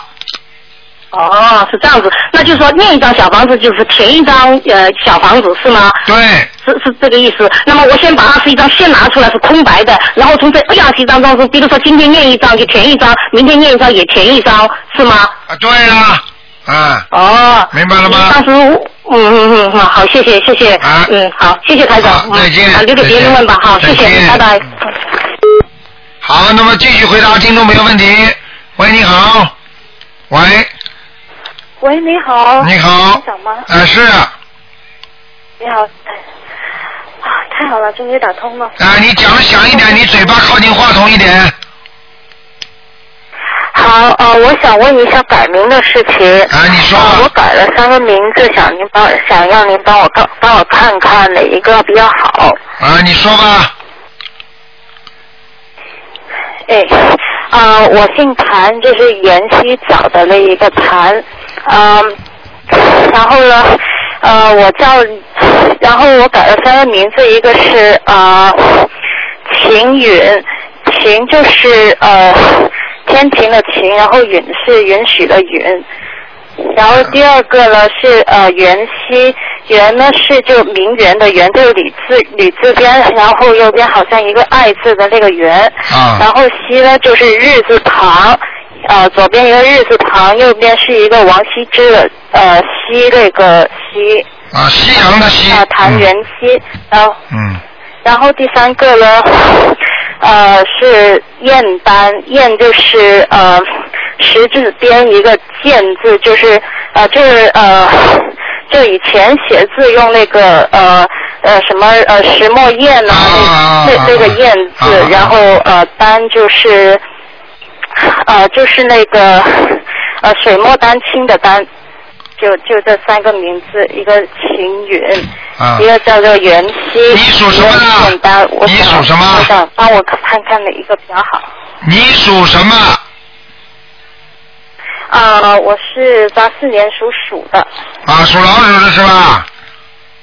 哦，是这样子，那就是说念一张小房子就是填一张呃小房子是吗？
对，
是是这个意思。那么我先把二十一张先拿出来是空白的，然后从这二十一张当中，比如说今天念一张就填一张，明天念一张也填一张，是吗？
啊，对啦，啊。
哦，
明白了吗？啊
当时我，嗯嗯嗯，好，好，谢谢谢谢，嗯，好，谢谢台长，再见，啊，留给别人问吧，好，谢谢，拜拜。
好，那么继续回答听众朋友问题。喂，你好。喂，
喂，你好。
你好
台长吗？
呃，是啊，
你好。啊，太好了，终于打通了。
啊，你讲响一点，你嘴巴靠近话筒一点。
好，呃，我想问一下改名的事情。呃
啊，你说。
我改了三个名字，想您帮，想让您帮我告帮我看看哪一个比较好。
啊，你说吧。
哎，啊、我姓谭，这是延期角的那一个谭，嗯、然后呢，呃，我叫，然后我改了三个名字，一个是啊、呃晴允，晴就是呃天晴的晴，然后允是允许的允，然后第二个呢是呃袁熙，袁呢是就名媛的媛，就是李字李字边，然后右边好像一个爱字的那个媛，
啊
然后熙呢就是日字旁，呃左边一个日字旁，右边是一个王羲之的呃熙那个熙。
啊，西洋的嗯西。
啊，谭元熙，然后
嗯，
然后第三个呢，呃，是燕班，燕就是呃十字边一个见字，就是呃，就是呃，就以前写字用那个呃呃什么呃石墨砚呐、那那那个砚字，然后呃班就是呃就是那个呃水墨丹青的丹。就就这三个名字，一个秦允，
啊
一个叫做袁熙。你属什么的？简单，我你属什么？想帮我看看哪一个比较好。
你属什么？
啊、我是八四年属鼠的。
啊，属老鼠的是吧？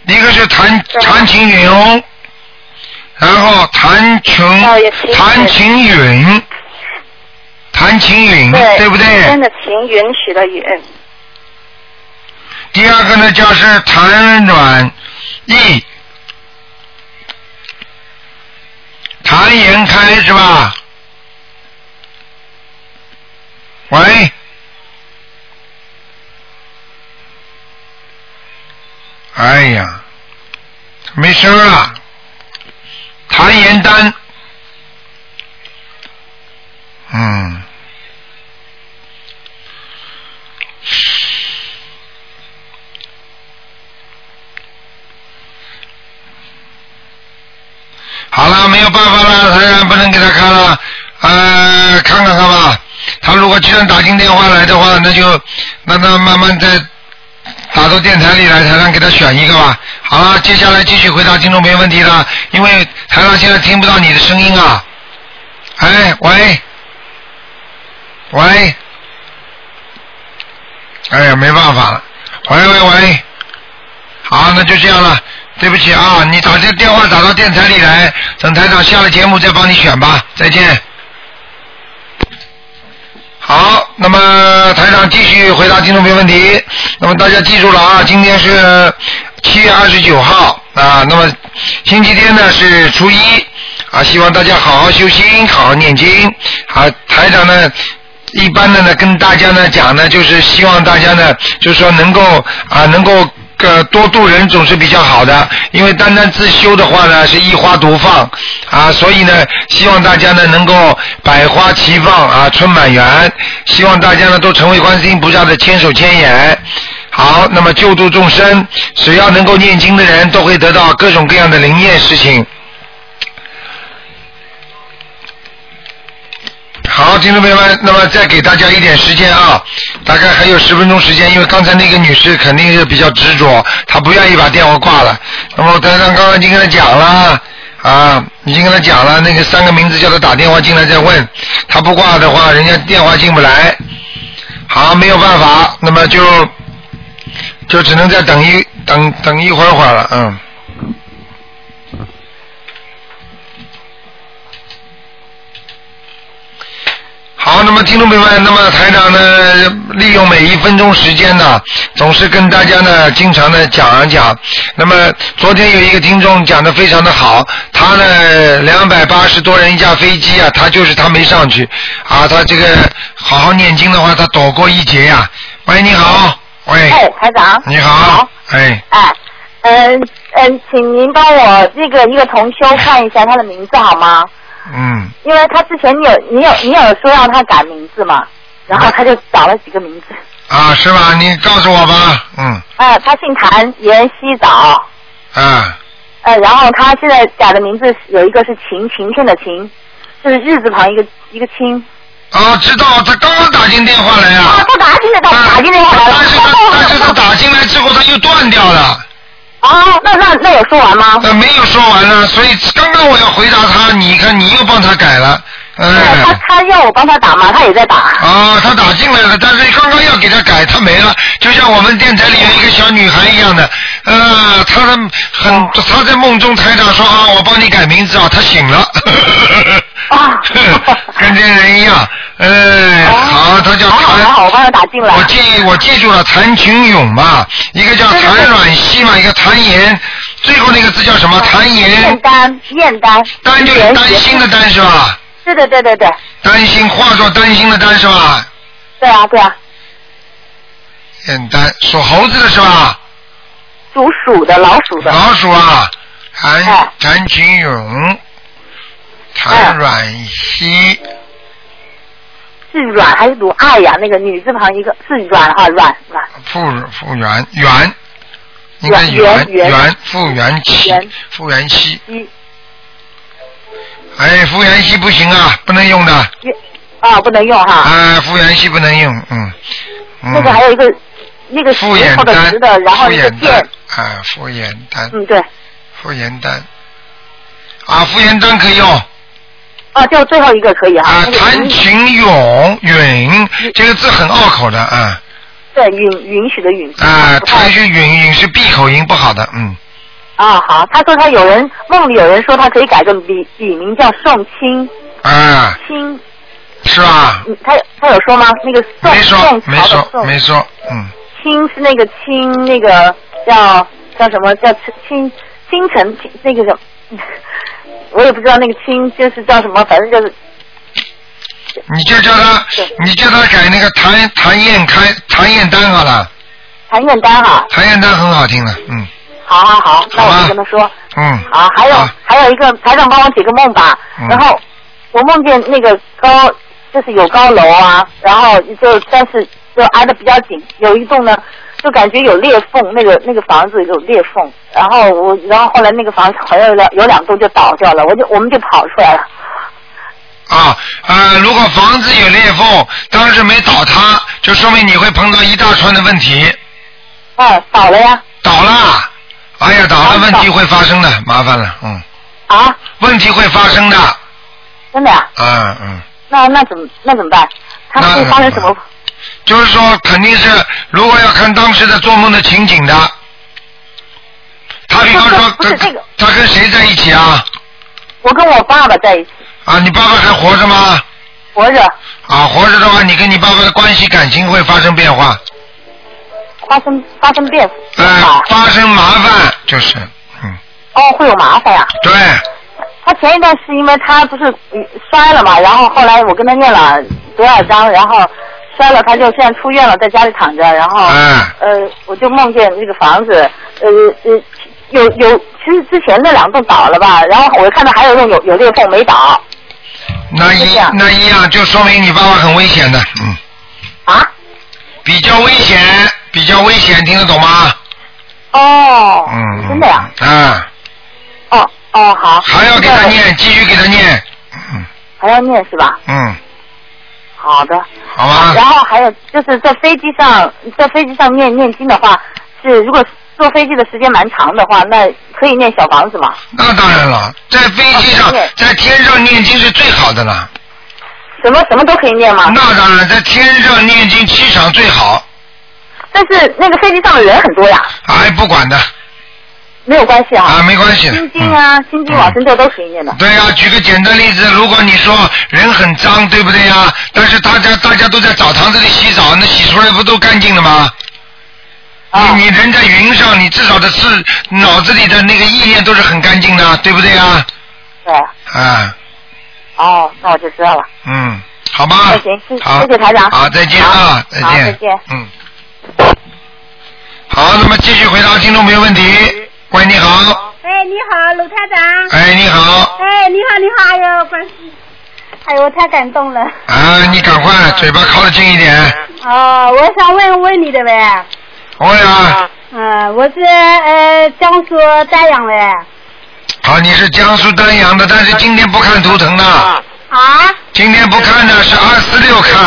一个是谭谭秦云，然后谭琼
哦
谭秦允，谭秦允
对，
对不对？
天的晴，允许的允。
第二个呢，就是谭阮义，谭延开是吧？喂，哎呀，没声儿了，谭延丹，嗯。了，没有办法了，台长不能给他看了，呃，看看看吧。他如果居然打进电话来的话，那就那那慢慢再打到电台里来，台上给他选一个吧。好了，接下来继续回答听众没问题了，因为台上现在听不到你的声音啊。哎，喂，喂，哎呀，没办法了，喂喂喂，好，那就这样了，对不起啊，你打这电话打到电台里来，等台长下了节目再帮你选吧，再见。好，那么台长继续回答听众朋友问题。那么大家记住了啊，今天是七月二十九号啊，那么星期天呢是初一啊，希望大家好好修心，好好念经。啊，台长呢，一般的呢跟大家呢讲呢，就是希望大家呢，就是说能够啊，能够。呃，多度人总是比较好的，因为单单自修的话呢，是一花独放啊，所以呢，希望大家呢能够百花齐放啊，春满园，希望大家呢都成为观世音菩萨的千手千眼。好，那么救度众生，只要能够念经的人都会得到各种各样的灵验事情。好，听众朋友们，那么再给大家一点时间啊，大概还有十分钟时间，因为刚才那个女士肯定是比较执着，她不愿意把电话挂了。那么台长刚刚已经跟她讲了啊，已经跟她讲了，那个三个名字叫她打电话进来再问，她不挂的话，人家电话进不来。好，没有办法，那么就就只能再等一等等一会儿会儿了，嗯。好，那么听众朋友们，那么台长呢，利用每一分钟时间呢，总是跟大家呢，经常的讲一讲。那么昨天有一个听众讲的非常的好，他呢两百八十多人一架飞机啊，他就是他没上去啊，他这个好好念经的话，他躲过一劫呀、喂，你好，喂，
哎，台长。
你好，哎，
哎，嗯嗯，请您帮我那个一个同修看一下他的名字好吗？
嗯，
因为他之前你有你有你有说让他改名字嘛，然后他就找了几个名字。
啊，是吧？你告诉我吧，嗯，
哎、他姓谭，袁西早。
啊，
呃，然后他现在改的名字是有一个是晴晴天的晴，就是日字旁一个一个青。
啊，知道，他刚刚打进电话来啊。
他打进来，他打进电话来了。
但是他但是他打进来之后他又断掉了。
哦，那那那有说完吗？
呃，没有说完呢，所以刚刚我要回答他，你看你又帮他改了，哎。
他他要我帮他打嘛，他也在打。
啊，他打进来了，但是刚刚要给他改，他没了，就像我们电台里有一个小女孩一样的，呃，她的很，她在梦中台长说啊，我帮你改名字啊，她醒了，
啊
跟这人一样，
哦
呃，好，她叫谭，好，
我帮她打进来，
我记我记住了，谭群勇嘛，一个叫谭阮熙嘛，一个谭岩，最后那个字叫什么？谭
燕
岩，
丹，燕丹。
丹就是担心的担是吧？
对对对对对，
担心化作担心的担是吧？
对啊对啊，
简单，属猴子的是吧？
属鼠的，老鼠的。哎
老鼠啊，谭谭群勇，谭阮熙，
是软还是乳爱呀？那个女字旁一个是软哈，软软。
傅傅元元，应该
元
元
元
元傅元熙
元，
傅元熙
一。
哎，傅元熙不行啊，不能用的。
啊，不能用哈。
啊，傅元熙不能用，嗯。嗯
那个还有一个那个石
傅衍
头的
丹
石的，，然后
傅
一个
衍丹
剑，
啊，傅衍丹，
嗯对，
傅衍丹，啊，傅衍丹可以用。
嗯啊，就最后一个可以哈。
啊，谭群勇允这个字很拗口的啊
对，允允许的允。
啊，谭是允允是闭口音不好的，嗯
啊，好，他说他有人梦里有人说他可以改个笔笔名叫宋清
啊，
清，
是吧？
嗯他他有说吗？那个宋
没说
宋
没
朝的
说
宋
没说，嗯，
清是那个清那个叫叫什么叫清清晨清那个什么， 我也不知道那个清就是叫什么，反正就是
你就叫他你叫他改那个谭谭燕开谭燕丹好了，
谭燕丹哈。
谭燕丹很好听的，嗯
好好好，那我就跟他说。
嗯，
好，啊还有、还有一个台长帮我解个梦吧。
嗯
然后我梦见那个高，就是有高楼啊，然后就但是就挨得比较紧，有一栋呢，就感觉有裂缝，那个那个房子有裂缝，然后我，然后后来那个房子好像有两有两栋就倒掉了，我就我们就跑出来了。
啊，呃，如果房子有裂缝，当时没倒塌，就说明你会碰到一大串的问题。
哎，倒了呀。
倒了，哎呀，倒了，问题会发生的，麻烦了，嗯。
啊？
问题会发生的，
真的呀、
嗯嗯。
那那怎么那怎么办？他会发生什么？
就是说，肯定是如果要看当时的做梦的情景的，他比方说，他他跟谁在一起啊？
我跟我爸爸在一起。
啊，你爸爸还活着吗？
活着。
啊，活着的话，你跟你爸爸的关系感情会发生变化，
发生发生变
哎、发生麻烦就是，
哦，会有麻烦呀。
对。
他前一段是因为他不是嗯摔了嘛，然后后来我跟他念了多少章，然后摔了，他就现在出院了，在家里躺着，然后、
哎
呃，我就梦见那个房子，呃呃，有有，其实之前那两栋倒了吧，然后我看到还有一栋有有裂缝没倒，
那一那一样就说明你爸爸很危险的，嗯。啊？比较危险，比较危险，听得懂吗？
哦，
嗯，
真的呀，
啊，
哦哦好，
还要给他念，继续给他念，
还要念是吧？
嗯，
好的，
好吧。
然后还有就是在飞机上，在飞机上念念经的话，是如果坐飞机的时间蛮长的话，那可以念小房子吗？
那当然了，在飞机上，
哦
在天上念经是最好的了。
什么什么都可以念吗？
那当然，在天上念经气场最好。
但是那个飞机上的人很多呀，
哎，不管的，
没有关系啊。
啊没关系嗯
心经啊，心经往生咒都可以念的。
对呀、啊举个简单例子，如果你说人很脏，对不对呀、但是大家大家都在澡堂子里洗澡，那洗出来不都干净了吗？
啊
你你人在云上，你至少的是脑子里的那个意念都是很干净的，对不对呀、
对，
啊，
哦，那我就知道了。
嗯，好吧。
那行，谢
好，
谢谢台长。
好，再见啊，再
好，再
见。
见。
嗯。好，那么继续回答听众朋友问题。喂，你好，
哎，你好，卢台长。
哎你好。
哎，你好，你好，哎呦，关系，哎呦，太感动了。
啊，你赶快嘴巴靠得近一点。
哦，我想问问你的呗。
喂啊，
嗯，我是呃江苏丹阳的。
好，你是江苏丹阳的，但是今天不看图腾的，
啊？
今天不看的是二四六看，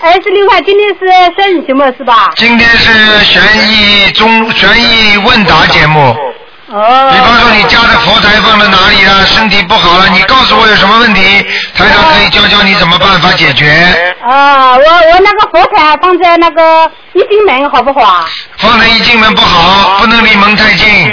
二
哎
十六哎号，今天是生日节目是吧？
今天是悬疑中悬疑问答节目。
哦。
比方说你家的佛台放在哪里了，身体不好了，你告诉我有什么问题，台长可以教教你怎么办法解决。
啊，我我那个佛台放在那个一进门好不好啊？
放在一进门不好，不能离门太近，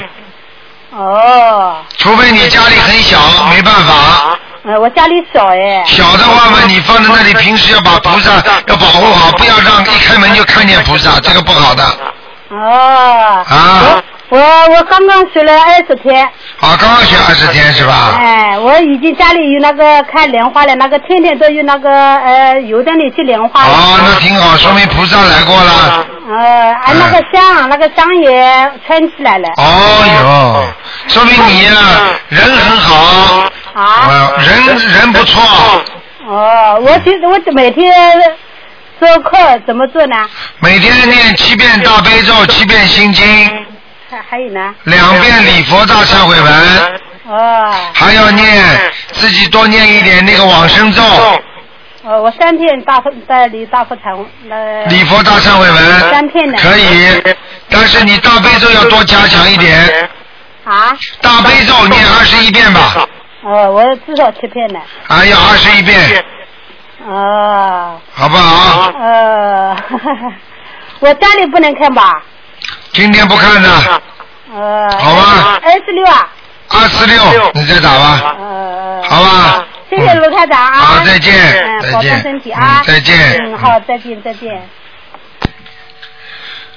哦，
除非你家里很小，没办法。
呃，我家里小哎。
小的话嘛，你放在那里，平时要把菩萨要保护好，不要让一开门就看见菩萨，这个不好的。
哦。
啊。
我我刚刚学了二十天，
啊，刚刚学二十天是吧？
哎，我已经家里有那个开莲花了，那个天天都有那个呃油灯里去莲花。
哦，那挺好，说明菩萨来过了。
呃，啊，那个香，那个香也穿起来了。
哦哟，说明你呀、人很好，嗯啊，人人不错。
哦，我其实我每天做课怎么做呢？
每天念七遍大悲咒，七遍心经，
还还有呢？
两遍礼佛大忏悔文，
哦
还要念自己多念一点那个往生咒，
哦，我三片大佛在礼大佛忏呃。
礼佛大忏悔文
三片的。
可以，但是你大悲咒要多加强一点，
啊？
大悲咒念二十一遍吧，
哦，我至少七片呢。
啊，要二十一遍，
哦。
好啊不好？
呃， 我家里不能看吧？
今天不看的，
呃。
好吧。
二十六啊。
二四六，嗯你再打吧，好吧？
谢谢卢台长啊。
好再见
嗯，保
再
重
见
身体啊。
嗯再见
嗯，好，再见，再见。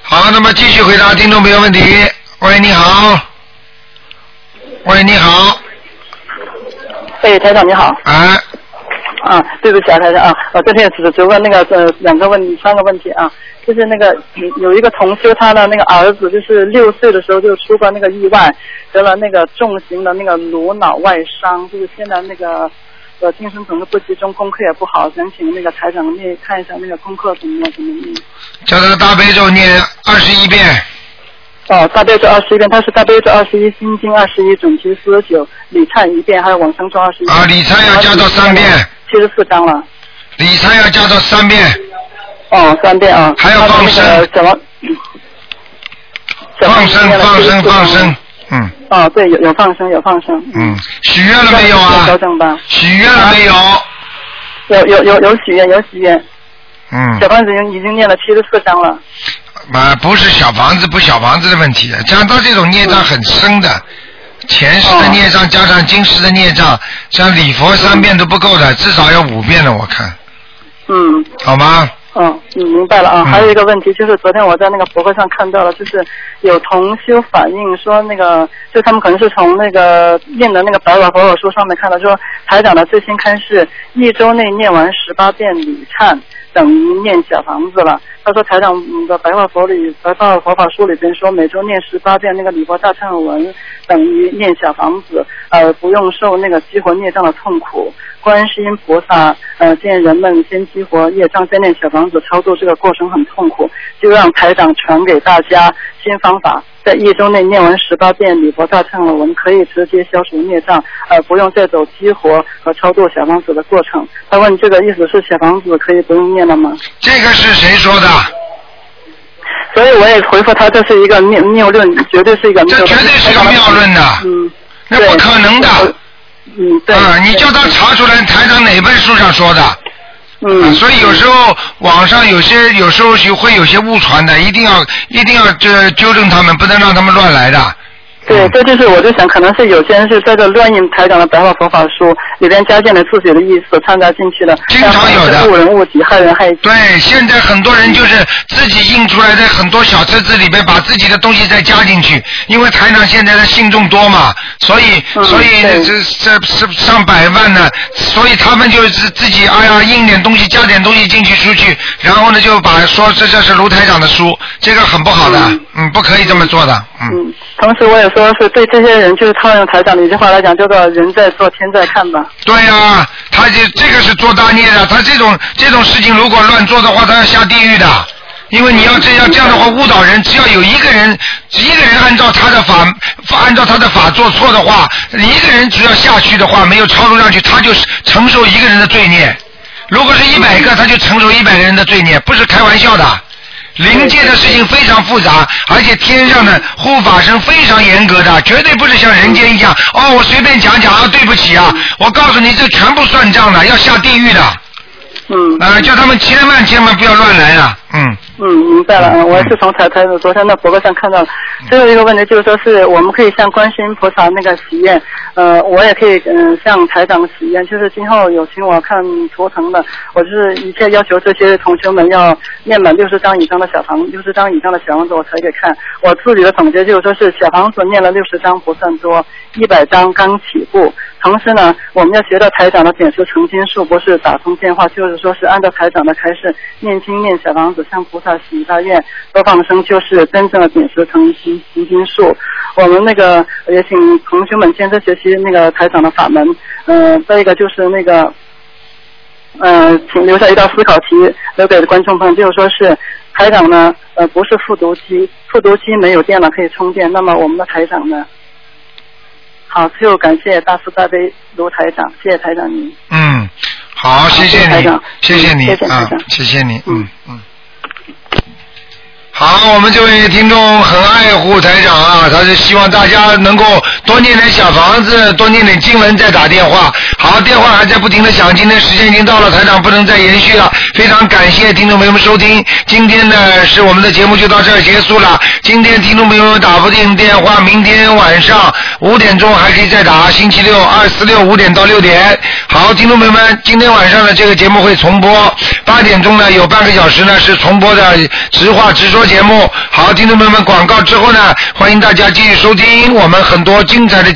好，那么继续回答听众朋友问题。喂，你好。喂，你好。
哎，台长你好。
啊。
啊，对不起啊，台长啊，我这天只只问那个呃两个问三个问题啊，就是那个嗯有一个同修他的那个儿子，就是六岁的时候就出过那个意外，得了那个重型的那个颅脑外伤，就是现在那个呃精神总是不集中，功课也不好，想请那个台长念看一下那个功课怎么样怎么样。
叫他大悲咒念二十一遍，
哦，大悲咒二十一遍，他是大悲咒二十一，心经二十一，准提四十九，礼忏一遍，还有往生咒二十一。啊，
礼忏要加到三遍。
七十四章了。
礼忏要加到三遍。
哦，三遍啊。
还要放生
那那个怎么？怎么
放生
念了
放生
74章
放生。嗯
哦，对，有有放生，有放生。
嗯，许愿了没有啊？
调整吧。
许愿了没有？
有有有有许愿，有许愿。
嗯
小，胖子已经已经念了七十四章了。
啊，不是小房子不小房子的问题，像他这种孽障很深的，前世的孽障加上今世的孽障，像礼佛三遍都不够的，至少要五遍的，我看，
嗯
好吗？
嗯，你明白了啊。
嗯
还有一个问题就是，昨天我在那个博客上看到了，就是有同修反映说，那个就他们可能是从那个念的那个白话佛法书上面看到，说台长的最新刊是一周内念完十八遍礼忏。等于念小房子了。他说台长嗯的白话佛里白话佛法书里边说，每周念十八遍那个礼佛大忏文，等于念小房子，呃，不用受那个激活孽障的痛苦。观世音菩萨呃见人们先激活业障，再念小房子，操作这个过程很痛苦，就让台长传给大家新方法。在一周内念完十八遍礼佛大忏悔文，可以直接消除孽障，呃，不用再走激活和操作小房子的过程。他问这个意思是小房子可以不用念了吗？
这个是谁说的？
所以我也回复他，这是一个谬谬论，绝对是一个谬论。这绝对是
这个谬论的，
嗯，
那不可能的。
嗯，对。
啊，你叫他查出来台上哪本书上说的。
嗯、
啊。所以有时候网上有些有时候有会有些误传的，一定要一定要这纠正他们，不能让他们乱来的。
对，这就是我就想，可能是有些人是在这乱印台长的白话佛法书里边加进了自己的意思，掺杂进去了，经常有的误人误己，害人害己。
对，现在很多人就是自己印出来的很多小册子里边，把自己的东西再加进去，因为台长现在的信众多嘛，所以、所以
对
这这这上百万呢，所以他们就是自己哎呀印点东西，加点东西进去出去，然后呢就把说这这是卢台长的书，这个很不好的，嗯不可以这么做的，嗯，
同时我也说是对这些人，就是套用台长的一句话来讲，叫做人在做天在看吧。
对呀、他这这个是做大孽的，他这种这种事情如果乱做的话，他要下地狱的。因为你要这样这样的话误导人，只要有一个人一个人按照他的法法按照他的法做错的话，一个人只要下去的话，没有超度上去，他就是承受一个人的罪孽。如果是一百个，他就承受一百人的罪孽，不是开玩笑的。灵界的事情非常复杂，而且天上的护法神非常严格的，绝对不是像人间一样哦，我随便讲讲啊，对不起啊，我告诉你，这全部算账的，要下地狱的。
嗯。
啊、叫他们千万千万不要乱来啊，嗯。
嗯，明白了。嗯，我是从台台子昨天的博客上看到的。最后一个问题就是说，是我们可以向观世音菩萨那个许愿，呃，我也可以嗯、向台长许愿，就是今后有请我看图腾的，我就是一切要求这些同学们要念满六十张以上的小房，六十张以上的小房子我才给看。我自己的总结就是说是小房子念了六十张不算多，一百张刚起步。同时呢，我们要学到台长的点石成金术，不是打通电话，就是说是按照台长的开示念经、念小房子、向菩萨许大愿、多放生，就是真正的点石成金成金术。我们那个也请同学们坚持学习那个台长的法门。嗯、再一个就是那个呃，请留下一道思考题留给观众朋友，就是说是台长呢，呃，不是复读机，复读机没有电了可以充电，那么我们的台长呢？好，最后感谢大慈大悲卢台长，谢谢台长您。
嗯，好，谢谢
台
你
长，嗯
谢谢你
谢谢台
啊
长，
谢谢你，嗯嗯。好，我们这位听众很爱护台长啊，他是希望大家能够多念点小房子，多念点经文，再打电话。好，电话还在不停的响，今天时间已经到了，台长不能再延续了。非常感谢听众朋友们收听，今天呢是我们的节目就到这儿结束了。今天听众朋友们打不进电话，明天晚上五点钟还可以再打，星期六二四六五点到六点。好，听众朋友们，今天晚上呢这个节目会重播，八点钟呢有半个小时呢是重播的直话直说节目。好，听众朋友们，广告之后呢，欢迎大家继续收听我们很多精彩的。